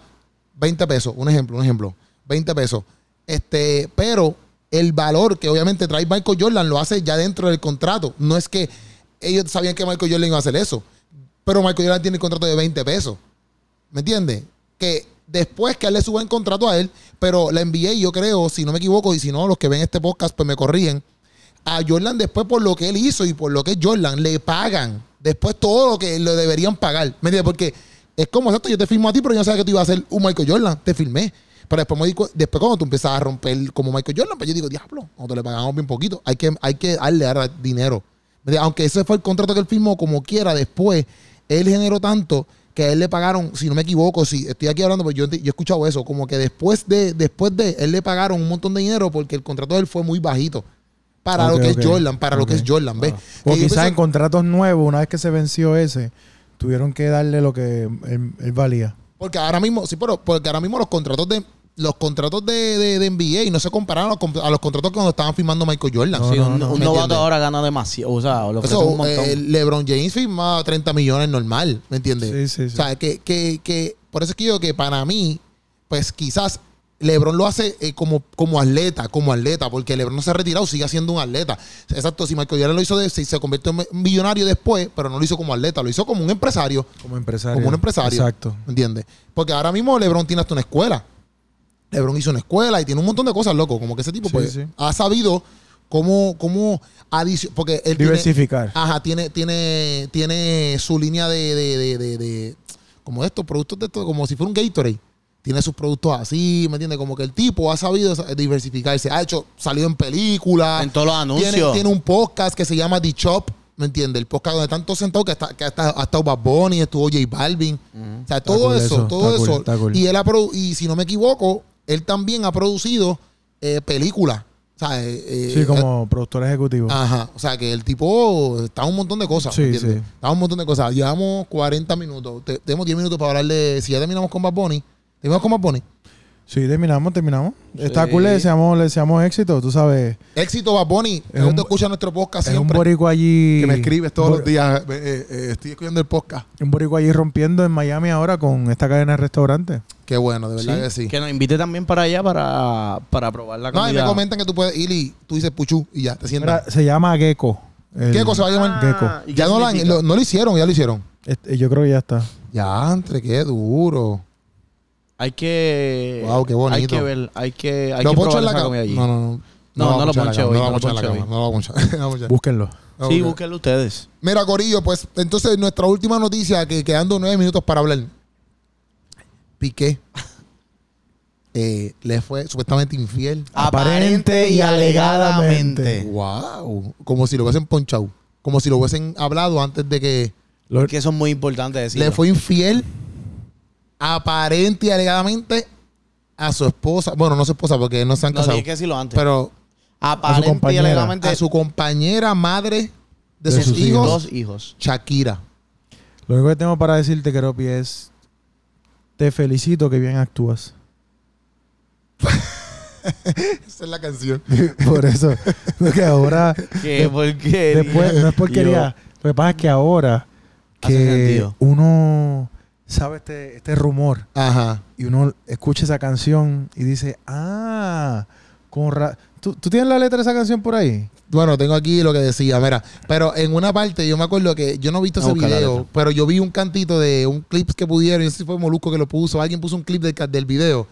Speaker 3: 20 pesos, un ejemplo, un ejemplo, 20 pesos. Este, pero el valor que obviamente trae Michael Jordan lo hace ya dentro del contrato. No es que ellos sabían que Michael Jordan iba a hacer eso, pero Michael Jordan tiene el contrato de 20 pesos. ¿Me entiendes? Que después que a él le suben contrato a él, pero la NBA, yo creo, si no me equivoco, y si no, los que ven este podcast, pues me corrigen. A Jordan, después, por lo que él hizo y por lo que es Jordan, le pagan después todo lo que le deberían pagar. ¿Me entiendes? Porque es como, exacto, yo te firmo a ti, pero yo no sabía que tú ibas a ser un Michael Jordan. Te firmé. Pero después, me di cu- después cuando tú empezabas a romper como Michael Jordan, pues yo digo, diablo, nosotros le pagamos bien poquito. Hay que, hay que darle ahora dinero. ¿Me entiendes? Aunque ese fue el contrato que él firmó, como quiera, después él generó tanto que a él le pagaron, si no me equivoco, si estoy aquí hablando, pues yo, enti- yo he escuchado eso, como que después de, después de, él le pagaron un montón de dinero porque el contrato de él fue muy bajito. Para
Speaker 2: Ok,
Speaker 3: lo que
Speaker 2: ok.
Speaker 3: es Jordan, para lo que es
Speaker 2: Ok.
Speaker 3: Jordan, ¿ves? Que
Speaker 2: Ah. O
Speaker 3: yo
Speaker 2: quizás
Speaker 3: pienso-
Speaker 2: en contratos nuevos, una vez que se venció ese, tuvieron que darle lo que él, él valía.
Speaker 3: Porque ahora mismo, sí, pero porque ahora mismo los contratos de los contratos de, de, de NBA no se comparan a los, con- a los contratos que cuando estaban firmando Michael Jordan.
Speaker 2: No,
Speaker 1: Sí,
Speaker 2: no,
Speaker 1: un,
Speaker 2: no,
Speaker 1: un
Speaker 3: ¿me
Speaker 1: novato
Speaker 3: entiendes?
Speaker 1: ahora gana demasiado. O sea, lo ofrece
Speaker 3: Eso,
Speaker 1: un montón.
Speaker 3: eh, LeBron James firma 30 millones normal, ¿me entiendes?
Speaker 2: Sí, sí, sí.
Speaker 3: O sea, que, que, que por eso es que yo digo que para mí, pues quizás LeBron lo hace eh, como, como atleta, como atleta, porque LeBron no se ha retirado, sigue siendo un atleta. Exacto, si Michael Jordan lo hizo, de, se se convirtió en millonario después, pero no lo hizo como atleta, lo hizo como un empresario.
Speaker 2: Como empresario.
Speaker 3: Como un empresario.
Speaker 2: Exacto.
Speaker 3: ¿Entiendes? Porque ahora mismo LeBron tiene hasta una escuela. LeBron hizo una escuela y tiene un montón de cosas, loco. Como que ese tipo
Speaker 2: Sí,
Speaker 3: pues,
Speaker 2: sí.
Speaker 3: ha sabido cómo, cómo adicio- porque él tiene- Ah,
Speaker 2: Diversificar.
Speaker 3: ajá, tiene, tiene, tiene su línea de, de, de, de- de- como estos productos de esto, como si fuera un Gatorade. Tiene sus productos así, ¿me entiendes? Como que el tipo ha sabido sa- diversificarse. Ha hecho, salió en películas.
Speaker 1: En todos los anuncios.
Speaker 3: Tiene, tiene un podcast que se llama The Shop, ¿me entiendes? El podcast donde están todos sentados, que, está, que hasta- ha estado Bad Bunny, estuvo J Balvin. O sea, todo
Speaker 2: cool
Speaker 3: eso,
Speaker 2: eso,
Speaker 3: todo
Speaker 2: está cool,
Speaker 3: eso.
Speaker 2: está cool.
Speaker 3: Y él ha produ- y si no me equivoco, él también ha producido eh, películas. O sea, eh, Ah. eh,
Speaker 2: Sí, como productor ejecutivo.
Speaker 3: Ajá, o sea que el tipo está un montón de cosas.
Speaker 2: Sí,
Speaker 3: ¿me entiendes?
Speaker 2: sí.
Speaker 3: Está un montón de cosas. Llevamos 40 minutos. Te- tenemos 10 minutos para hablarle. Si ya terminamos con Bad Bunny, terminamos con Bad Bunny.
Speaker 2: Sí, terminamos, terminamos. Está
Speaker 1: Sí.
Speaker 2: cool, le deseamos, le deseamos éxito, tú sabes.
Speaker 3: Éxito, Bad Bunny.
Speaker 2: Es
Speaker 3: Usted
Speaker 2: un-
Speaker 3: escucha nuestro podcast
Speaker 2: Es un
Speaker 3: siempre.
Speaker 2: boricua allí.
Speaker 3: que me escribes todos
Speaker 2: bor-
Speaker 3: los días. eh, eh, eh, estoy escuchando el podcast.
Speaker 2: Un boricua allí rompiendo en Miami ahora con esta cadena de restaurantes.
Speaker 3: Qué bueno, de verdad que sí.
Speaker 1: Que nos invite también para allá para, para probar la
Speaker 3: No,
Speaker 1: comida.
Speaker 3: y me comentan que tú puedes ir y tú dices puchú y ya, te sientas.
Speaker 2: Mira, se llama Gecko. El- Ah.
Speaker 3: ¿Qué cosa va a llamar?
Speaker 2: Gecko.
Speaker 1: ¿Y qué
Speaker 3: Ya no, lo han-
Speaker 1: significa?
Speaker 3: lo- no lo hicieron, ya lo hicieron.
Speaker 2: Este, yo creo que ya está.
Speaker 3: Ya, entre, qué duro.
Speaker 1: Hay que.
Speaker 3: Guau, qué bonito.
Speaker 1: Hay que ver, hay que. Hay
Speaker 3: ¿Lo
Speaker 1: que
Speaker 3: poncho
Speaker 1: probar
Speaker 3: en la
Speaker 1: esa
Speaker 3: cama?
Speaker 1: comida allí.
Speaker 3: No, no, no.
Speaker 1: No,
Speaker 3: va a
Speaker 1: no lo
Speaker 3: ponchar en la
Speaker 1: ponche
Speaker 3: cama,
Speaker 1: hoy,
Speaker 3: No
Speaker 1: no
Speaker 3: lo
Speaker 1: lo
Speaker 3: poncha en la
Speaker 1: ponche
Speaker 3: cama.
Speaker 1: hoy.
Speaker 3: No lo va a ponchar. <laughs> No lo va a ponchar.
Speaker 2: Búsquenlo.
Speaker 1: Sí,
Speaker 3: Ok.
Speaker 1: búsquenlo ustedes.
Speaker 3: Mira, Corillo, pues entonces nuestra última noticia, que quedando nueve minutos para hablar. Piqué eh, le fue supuestamente infiel.
Speaker 2: Aparente y alegadamente.
Speaker 3: ¡Wow! Como si lo hubiesen ponchado. Como si lo hubiesen hablado antes de que
Speaker 2: Lo-
Speaker 1: Que eso es muy importante decirlo.
Speaker 3: le fue infiel, aparente y alegadamente, a su esposa. Bueno, no su esposa, porque no se han
Speaker 1: No,
Speaker 3: casado.
Speaker 1: tienes que decirlo antes.
Speaker 3: Pero
Speaker 1: Aparente y
Speaker 2: compañera.
Speaker 1: alegadamente.
Speaker 3: a su compañera madre
Speaker 2: De
Speaker 3: de, sus,
Speaker 2: sus
Speaker 3: hijos,
Speaker 1: dos hijos.
Speaker 3: Shakira.
Speaker 2: Lo único que tengo para decirte, Keropi, es te felicito que bien actúas. <laughs>
Speaker 3: Esa es la canción.
Speaker 2: Por eso. <laughs> Porque ahora,
Speaker 1: ¿Qué? ¿Por qué?
Speaker 2: después, no es porquería. Lo que pasa es que ahora
Speaker 1: Hace
Speaker 2: que
Speaker 1: sentido.
Speaker 2: uno sabe este, este rumor
Speaker 3: Ajá.
Speaker 2: y uno escucha esa canción y dice, ah, con ra- ¿Tú, tú tienes la letra de esa canción por ahí?
Speaker 3: Bueno, tengo aquí lo que decía, mira. Pero en una parte yo me acuerdo que yo no he visto ese
Speaker 1: Vamos a buscar la
Speaker 3: video,
Speaker 1: letra.
Speaker 3: pero yo vi un cantito de un clip que pudieron, no sé si fue Molusco que lo puso, alguien puso un clip del, ca- del video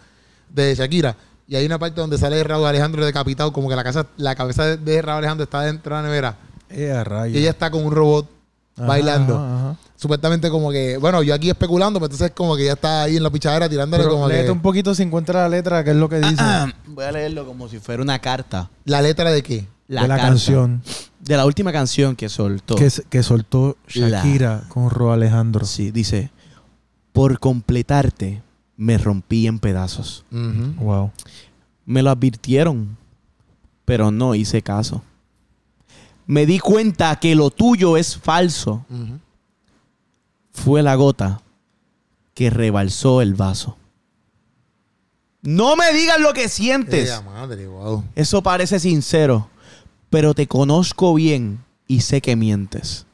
Speaker 3: de Shakira. Y hay una parte donde sale Raúl Alejandro decapitado, como que la, casa, la cabeza de- de Raúl Alejandro está dentro de la nevera.
Speaker 2: Eh, a rayos.
Speaker 3: Y ella está con un robot
Speaker 2: Ajá,
Speaker 3: bailando.
Speaker 2: ajá, ajá.
Speaker 3: Supuestamente como que, bueno, yo aquí especulando, pero entonces como que ya está ahí en la pichadera tirándole
Speaker 2: Pero
Speaker 3: como
Speaker 2: léete
Speaker 3: que...
Speaker 2: un poquito si encuentra la letra, que es lo que dice
Speaker 1: Voy a leerlo como si fuera una carta.
Speaker 3: ¿La letra de qué?
Speaker 1: La,
Speaker 2: de la
Speaker 1: carta.
Speaker 2: canción
Speaker 1: De la última canción que soltó.
Speaker 2: que, s- que soltó
Speaker 1: La-
Speaker 2: Shakira con Ro Alejandro.
Speaker 1: Sí, dice: Por completarte, me rompí en pedazos.
Speaker 3: Ujú.
Speaker 2: Wow.
Speaker 1: Me lo advirtieron, pero no hice caso. Me di cuenta que lo tuyo es falso.
Speaker 3: Ujú.
Speaker 1: Fue la gota que rebalsó el vaso. No me digas lo que sientes.
Speaker 3: Ea, madre, wow.
Speaker 1: Eso parece sincero, pero te conozco bien y sé que mientes.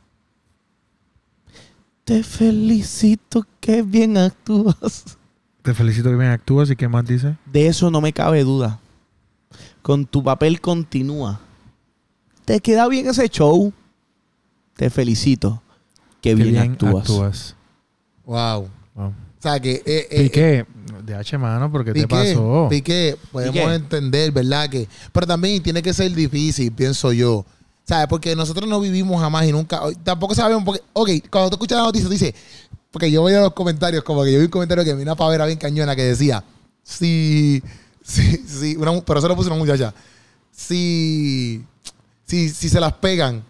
Speaker 1: Te felicito que bien actúas.
Speaker 2: Te felicito que bien actúas y qué más dice.
Speaker 1: De eso no me cabe duda. Con tu papel continúa. Te queda bien ese show. Te felicito que bien, actúas.
Speaker 3: Wow. O
Speaker 2: Wow.
Speaker 3: sea que... eh, eh,
Speaker 2: Piqué, de H mano, porque te
Speaker 3: Piqué,
Speaker 2: pasó.
Speaker 3: Piqué, podemos
Speaker 1: Piqué.
Speaker 3: entender, ¿verdad? Que, pero también tiene que ser difícil, pienso yo. ¿Sabes? Porque nosotros no vivimos jamás y nunca. Tampoco sabemos. Porque, ok, cuando tú escuchas la noticia, tú dices. Porque yo veía los comentarios, como que yo vi un comentario que vi una pavera bien cañona que decía: Si. Si. si una mu- pero se lo puso una muchacha. Si. Si, si se las pegan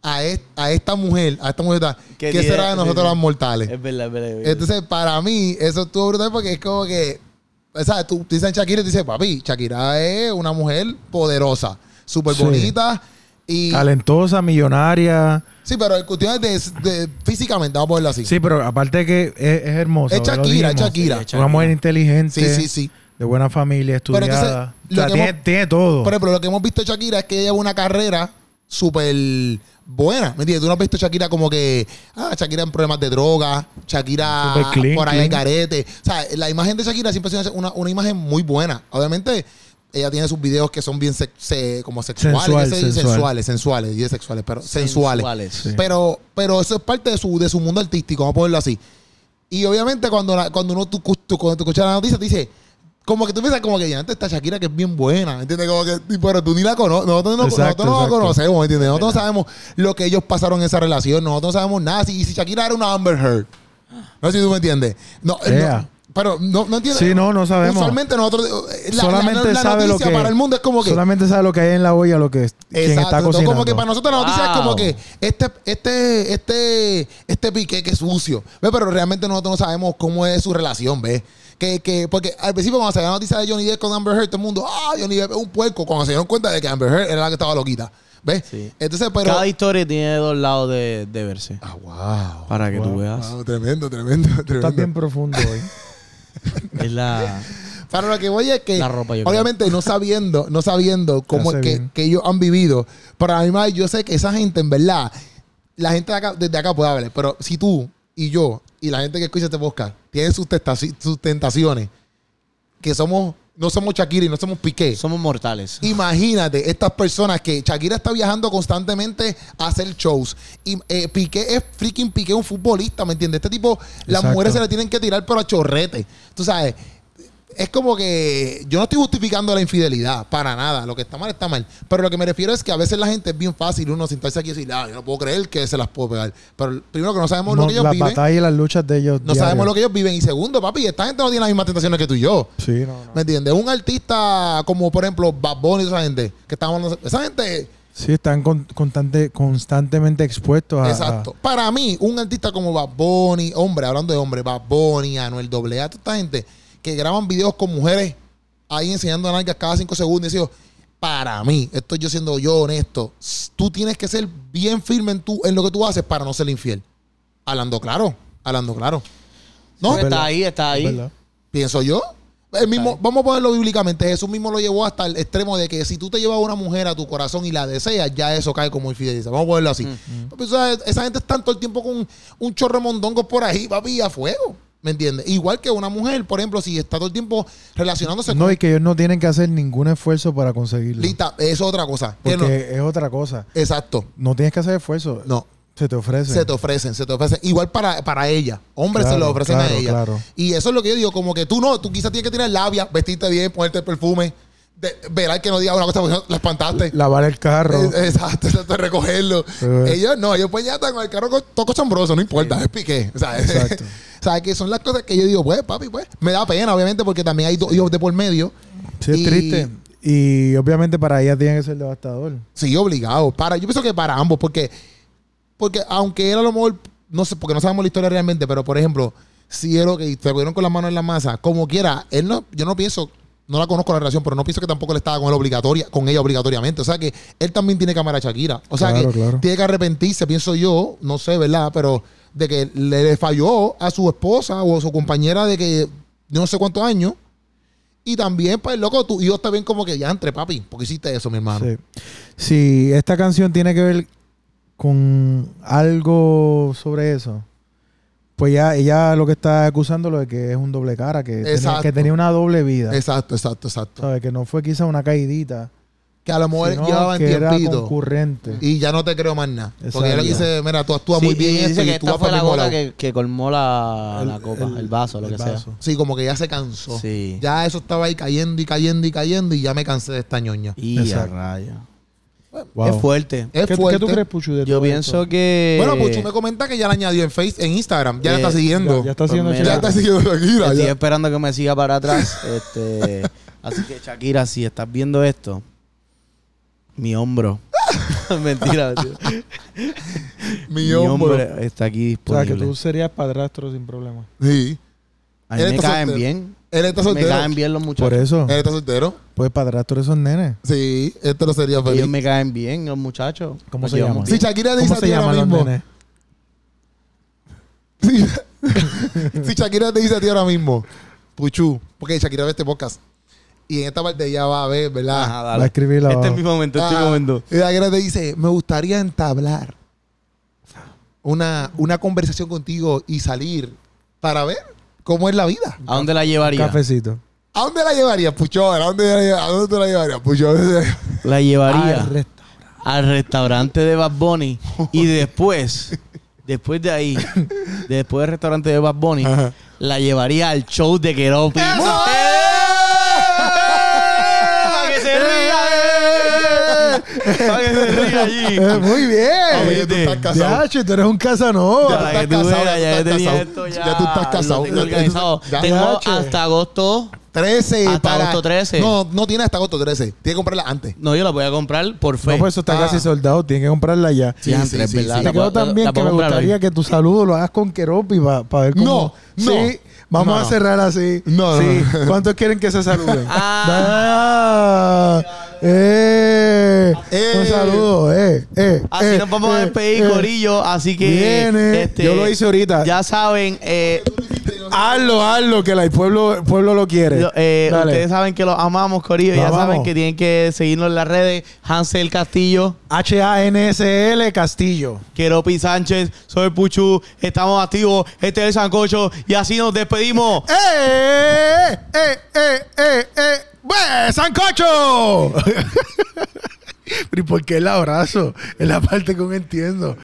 Speaker 3: a, est- a esta mujer, a esta mujer, ¿qué,
Speaker 1: Que tiene-
Speaker 3: será de nosotros
Speaker 1: sí, sí.
Speaker 3: las mortales?
Speaker 1: Es verdad, es verdad. es verdad.
Speaker 3: Entonces, para mí, eso estuvo brutal porque es como que, ¿sabes? Tú dices Shakira y te dices, papi, Shakira es una mujer poderosa, súper
Speaker 2: Sí.
Speaker 3: bonita. Y,
Speaker 2: Talentosa, millonaria.
Speaker 3: sí, pero el cuestión es de, de- físicamente, vamos a ponerlo así. Sí,
Speaker 2: Sí, pero aparte que es, es hermosa.
Speaker 3: Es
Speaker 2: ya lo
Speaker 3: Shakira, es
Speaker 2: dijimos.
Speaker 3: Shakira.
Speaker 1: Sí, es
Speaker 2: Una mujer inteligente.
Speaker 3: sí, sí.
Speaker 2: De buena familia,
Speaker 3: Pero entonces,
Speaker 2: estudiada. O
Speaker 3: lo
Speaker 2: sea,
Speaker 3: que
Speaker 2: tiene,
Speaker 3: hemos-
Speaker 2: tiene todo.
Speaker 3: Por ejemplo, lo que hemos visto de Shakira es que ella lleva una carrera súper buena. ¿Me entiendes? Tú no has visto Shakira como que. Ah, Shakira en problemas de droga. Shakira
Speaker 2: Súper clean,
Speaker 3: por ahí
Speaker 2: clean.
Speaker 3: hay carete. O sea, la imagen de Shakira siempre es una, una imagen muy buena. Obviamente. Ella tiene sus videos que son bien sex- se- como sexuales,
Speaker 2: Sensual,
Speaker 3: ese-
Speaker 2: sensual.
Speaker 3: sensuales, sensuales, dije sexuales, pero sensuales.
Speaker 2: Sí.
Speaker 3: Pero, pero eso es parte de su, de su mundo artístico, vamos a ponerlo así. Y obviamente cuando, la- cuando uno tú, tú- cuando tú escuchas la noticia, te dice, como que tú piensas como que ya antes está Shakira que es bien buena, ¿entiendes? Como que, y- pero tú ni la conoces, nosotros no,
Speaker 2: Exacto,
Speaker 3: nosotros no la
Speaker 2: exacto.
Speaker 3: conocemos, ¿entiendes? Nosotros no sabemos lo que ellos pasaron en esa relación, nosotros no sabemos nada. Si, y si Shakira era una Amber Heard, no sé si tú me entiendes. No, eh, no,
Speaker 2: Ea.
Speaker 3: pero no, no entiendes.
Speaker 2: Sí, no, no sabemos.
Speaker 3: Usualmente nosotros, eh, la,
Speaker 2: solamente
Speaker 3: la- la
Speaker 2: sabe lo
Speaker 3: noticia
Speaker 2: que
Speaker 3: para el mundo es como que...
Speaker 2: solamente sabe lo que hay en la olla lo que es quien
Speaker 3: Exacto.
Speaker 2: está
Speaker 3: Entonces,
Speaker 2: cocinando
Speaker 3: como que para nosotros la noticia es como
Speaker 1: Wow.
Speaker 3: que este, este, este, este pique que es sucio. ¿Ves? Pero realmente nosotros no sabemos cómo es su relación, ¿ves? Que, que, porque al principio cuando salió la noticia de Johnny Depp con Amber Heard, todo el mundo, ah, Johnny Depp es un puerco. Cuando se dieron cuenta de que Amber Heard era la que estaba loquita. ¿Ves?
Speaker 1: Sí.
Speaker 3: Entonces, pero.
Speaker 1: Cada historia tiene dos lados de, de verse.
Speaker 3: Ah, wow.
Speaker 1: Para que tú
Speaker 2: Wow.
Speaker 1: veas.
Speaker 3: Wow, tremendo, tremendo, <laughs> tremendo.
Speaker 2: estás bien profundo hoy
Speaker 1: Es la.
Speaker 3: Para lo que voy es que,
Speaker 1: La ropa, yo creo.
Speaker 3: obviamente, no sabiendo, no sabiendo cómo
Speaker 2: hace
Speaker 3: es que,
Speaker 2: bien.
Speaker 3: que ellos han vivido, pero además yo sé que esa gente, en verdad, la gente de acá- desde acá puede hablar, pero si tú y yo y la gente que escucha este podcast tienen sus, testaci- sus tentaciones, que somos, no somos Shakira y no somos Piqué.
Speaker 1: Somos mortales.
Speaker 3: Imagínate estas personas que Shakira está viajando constantemente a hacer shows. Y eh, Piqué es freaking Piqué, un futbolista, ¿me entiendes? Este tipo, las
Speaker 2: Exacto.
Speaker 3: mujeres se le tienen que tirar pero a chorrete. Tú sabes, es como que yo no estoy justificando la infidelidad, para nada. Lo que está mal está mal. Pero lo que me refiero es que a veces la gente es bien fácil uno sentarse aquí y decir, ah, yo no puedo creer que se las puedo pegar. Pero primero que no sabemos lo
Speaker 2: No,
Speaker 3: que ellos
Speaker 2: las
Speaker 3: viven.
Speaker 2: batallas y las luchas de ellos
Speaker 3: No sabemos lo que ellos viven. Y segundo, papi, esta gente no tiene las mismas tentaciones que tú y yo.
Speaker 2: sí no, no.
Speaker 3: ¿Me entiendes? Un artista como, por ejemplo, Bad Bunny y esa gente, que estamos hablando- Esa gente,
Speaker 2: sí están con- constante- constantemente expuestos a, a-
Speaker 3: exacto. Para mí, un artista como Bad Bunny, hombre, hablando de hombre, Bad Bunny, Anuel AA, toda esta gente que graban videos con mujeres ahí enseñando nalgas cada cinco segundos y digo, para mí, estoy yo siendo yo honesto, s- tú tienes que ser bien firme en, tu, en lo que tú haces para no ser infiel. Hablando claro, hablando claro. ¿No?
Speaker 1: Está ahí, está ahí.
Speaker 2: ¿verdad?
Speaker 3: Pienso yo. El mismo, vamos a ponerlo bíblicamente. Jesús mismo lo llevó hasta el extremo de que si tú te llevas a una mujer a tu corazón y la deseas, ya eso cae como infidelidad. Vamos a ponerlo así. Papi, tú sabes, esa gente está todo el tiempo con un chorro de mondongos por ahí, papi, a fuego. ¿Me entiendes? Igual que una mujer, por ejemplo, si está todo el tiempo relacionándose
Speaker 2: no
Speaker 3: con.
Speaker 2: y que ellos no tienen que hacer ningún esfuerzo para conseguirlo
Speaker 3: Lita, es otra cosa. Que
Speaker 2: porque
Speaker 3: no-
Speaker 2: es otra cosa
Speaker 3: exacto.
Speaker 2: no tienes que hacer esfuerzo
Speaker 3: No.
Speaker 2: se te ofrece
Speaker 3: Se te ofrecen, se te ofrecen. Igual para, para ella. Hombres se
Speaker 2: Claro,
Speaker 3: lo ofrecen
Speaker 2: claro,
Speaker 3: a ella.
Speaker 2: claro.
Speaker 3: Y eso es lo que yo digo, como que tú no, tú quizás tienes que tener labia, vestirte bien, ponerte el perfume, de- velar que no diga una cosa porque no- la espantaste.
Speaker 2: lavar el carro
Speaker 3: Eh, Exacto, exacto, recogerlo.
Speaker 2: Eh.
Speaker 3: Ellos no, ellos pues ya están con el carro con- todo cochambroso, no importa, es piqué. O sea,
Speaker 2: Exacto.
Speaker 3: <laughs> o sea, que son las cosas que yo digo, pues, papi, pues, me da pena, obviamente, porque también hay dos hijos de por medio.
Speaker 2: sí es
Speaker 3: Y-
Speaker 2: triste y obviamente para ella tiene que ser devastador
Speaker 3: Sí, obligado. Para, yo pienso que para ambos, porque, porque aunque él a lo mejor, no sé, porque no sabemos la historia realmente, pero por ejemplo, si él lo que se cogieron con las manos en la masa, como quiera, él no, yo no pienso, no la conozco la relación, pero no pienso que tampoco él estaba con él obligatoria, con ella obligatoriamente. O sea que él también tiene que amar a Shakira. O sea
Speaker 2: Claro,
Speaker 3: que
Speaker 2: claro.
Speaker 3: tiene que arrepentirse, pienso yo, no sé, ¿verdad? Pero de que le, le falló a su esposa o a su compañera de que yo no sé cuántos años. Y también, pues, loco, tú y yo también como que ya entre, papi, porque hiciste eso, mi hermano.
Speaker 2: Sí. Si esta canción tiene que ver con algo sobre eso, pues ya ella lo que está acusándolo de que es un doble cara, que, tenía,
Speaker 3: Exacto.
Speaker 2: que tenía una doble vida.
Speaker 3: Exacto, exacto,
Speaker 1: Ah.
Speaker 3: exacto.
Speaker 2: ¿Sabes? Que no fue quizá una caidita,
Speaker 3: Que a lo mejor
Speaker 2: sino
Speaker 3: llevaban
Speaker 2: que era
Speaker 3: tiempito
Speaker 2: concurrente.
Speaker 3: y ya no te creo más nada.
Speaker 2: Exacto.
Speaker 3: Porque él le dice, mira, tú actúas
Speaker 1: Sí,
Speaker 3: muy bien
Speaker 1: y
Speaker 3: en esto
Speaker 1: dice
Speaker 3: y
Speaker 1: que
Speaker 3: tú
Speaker 1: esta
Speaker 3: vas
Speaker 1: fue
Speaker 3: para
Speaker 1: la
Speaker 3: el mismo
Speaker 1: gota
Speaker 3: lado.
Speaker 1: que, que colmó la, la copa, el, vaso, lo
Speaker 2: el
Speaker 1: que
Speaker 2: vaso.
Speaker 3: Sí, como que ya se cansó.
Speaker 1: Sí.
Speaker 3: Ya eso estaba ahí cayendo y cayendo y cayendo y ya me cansé de esta ñoña.
Speaker 1: sea. Y a
Speaker 2: Exacto.
Speaker 1: rayos.
Speaker 2: Wow.
Speaker 1: Es fuerte.
Speaker 3: Es
Speaker 2: ¿Qué,
Speaker 3: fuerte.
Speaker 2: qué tú crees, Puchu, de
Speaker 1: Yo
Speaker 2: todo
Speaker 1: pienso
Speaker 2: esto?
Speaker 1: que.
Speaker 3: Bueno, Puchu me comenta que ya la añadió en Facebook, en Instagram. Ya la
Speaker 1: Eh,
Speaker 3: está siguiendo.
Speaker 2: Ya, ya está haciendo
Speaker 1: Pues
Speaker 3: Ya
Speaker 1: mira.
Speaker 3: está siguiendo Shakira.
Speaker 1: Estoy
Speaker 3: ya.
Speaker 1: esperando que me siga para atrás. <laughs> este, así que, Shakira, si estás viendo esto, mi hombro. <laughs>
Speaker 3: <laughs>
Speaker 1: mentira, mentira.
Speaker 3: Mi hombre.
Speaker 1: está aquí
Speaker 2: O sea, que
Speaker 1: disponible.
Speaker 2: tú serías padrastro sin problema.
Speaker 3: Sí.
Speaker 1: A mí
Speaker 3: Él
Speaker 1: me
Speaker 3: está
Speaker 1: caen
Speaker 3: soltero.
Speaker 1: bien.
Speaker 3: Él está
Speaker 1: Me caen
Speaker 3: soltero.
Speaker 1: bien los
Speaker 2: Por
Speaker 1: muchachos.
Speaker 2: eso,
Speaker 3: Él está soltero.
Speaker 2: pues padrastro de esos nenes.
Speaker 3: Sí, esto lo sería
Speaker 1: Ellos
Speaker 3: feliz.
Speaker 1: me caen bien, los muchachos.
Speaker 2: ¿Cómo
Speaker 1: Nos
Speaker 2: se
Speaker 1: llevamos
Speaker 2: llaman?
Speaker 3: Si
Speaker 1: bien.
Speaker 3: Shakira dice
Speaker 2: ¿Cómo
Speaker 3: a
Speaker 2: se
Speaker 3: ti ahora
Speaker 2: llaman los
Speaker 3: mismo.
Speaker 2: nenes?
Speaker 3: <laughs> Sí. si Shakira te dice a ti ahora mismo, Puchu, porque Shakira ve este podcast. Y en esta parte ya va a ver, ¿verdad?
Speaker 1: Ajá, dale.
Speaker 2: Va a escribirla
Speaker 1: Este es
Speaker 2: abajo.
Speaker 1: mi momento, este es mi
Speaker 3: Ah,
Speaker 1: momento.
Speaker 3: Y la guerra te dice, me gustaría entablar una, una conversación contigo y salir para ver cómo es la vida.
Speaker 1: ¿A dónde la llevaría?
Speaker 2: Cafecito.
Speaker 3: ¿A dónde la llevarías, Pucho? ¿A dónde, la lleva- a dónde tú la llevarías, <laughs> Pucho?
Speaker 1: La llevaría
Speaker 2: Al resto.
Speaker 1: al restaurante de Bad Bunny
Speaker 2: <laughs>
Speaker 1: y después, después de ahí, después del restaurante de Bad Bunny,
Speaker 3: Ajá.
Speaker 1: la llevaría al show de Keropi. ¡Eh!
Speaker 3: ¡Eh!
Speaker 1: Para que se ría, eh. Para que se ría allí.
Speaker 2: Eh, muy bien.
Speaker 1: Oye,
Speaker 3: Oye, tú estás casado.
Speaker 2: Ya, che, tú eres un casanova.
Speaker 1: Para que tú
Speaker 3: estás casado,
Speaker 1: veas, ya
Speaker 3: <laughs> ya tú
Speaker 1: yo
Speaker 3: estás
Speaker 1: tenía esto,
Speaker 3: casado. Ya tú estás casado.
Speaker 1: lo tengo organizado.
Speaker 3: Ya.
Speaker 1: Tengo
Speaker 2: Ya, che.
Speaker 1: hasta agosto.
Speaker 3: 13
Speaker 1: Hasta
Speaker 3: para-
Speaker 1: agosto 13.
Speaker 3: No, no tiene hasta agosto 13. Tiene que comprarla antes.
Speaker 1: No, yo la voy a comprar por
Speaker 2: No,
Speaker 1: fe.
Speaker 2: pues eso está
Speaker 3: Ah.
Speaker 2: casi soldado. Tienes que comprarla ya.
Speaker 3: Sí,
Speaker 1: Diantre,
Speaker 3: sí,
Speaker 1: es
Speaker 3: sí,
Speaker 1: verdad.
Speaker 3: sí.
Speaker 2: Te
Speaker 1: Ah, La
Speaker 2: quedó
Speaker 1: puedo- la-
Speaker 2: también
Speaker 1: la
Speaker 2: que
Speaker 1: puedo
Speaker 2: me
Speaker 1: comprar hoy.
Speaker 2: gustaría que tu saludo lo hagas con Keropi para ver cómo.
Speaker 3: No, no.
Speaker 2: Sí, vamos
Speaker 3: No,
Speaker 2: a
Speaker 3: no.
Speaker 2: cerrar así.
Speaker 3: No, no,
Speaker 2: sí.
Speaker 3: no.
Speaker 2: ¿Cuántos quieren que se saluden?
Speaker 1: <laughs> Ah.
Speaker 2: Ah, eh,
Speaker 3: Eh.
Speaker 2: Un saludo, eh, eh.
Speaker 1: Así
Speaker 2: eh,
Speaker 1: Ah, nos vamos a
Speaker 2: eh,
Speaker 1: despedir,
Speaker 2: eh.
Speaker 1: Corillo. Así que. este,
Speaker 2: Viene. Yo lo hice ahorita.
Speaker 1: Ya saben, eh,
Speaker 2: Hazlo, hazlo, que la- el pueblo, el pueblo lo quiere.
Speaker 1: lo- eh,
Speaker 2: Dale.
Speaker 1: ustedes saben que los amamos, Corillo.
Speaker 2: Los
Speaker 1: ya saben
Speaker 2: amamos.
Speaker 1: que tienen que seguirnos en las redes. Hansel Castillo,
Speaker 2: H-A-N-S-L Castillo.
Speaker 1: Keropi Sánchez, soy Puchu. Estamos activos. Este es el Sancocho. Y así nos despedimos.
Speaker 2: ¡Eh! ¡Eh! ¡Eh! ¡Eh! ¡Eh! ¡Bue! <laughs> ¡Sancocho! Pero ¿y por qué el abrazo? Es la parte que no entiendo.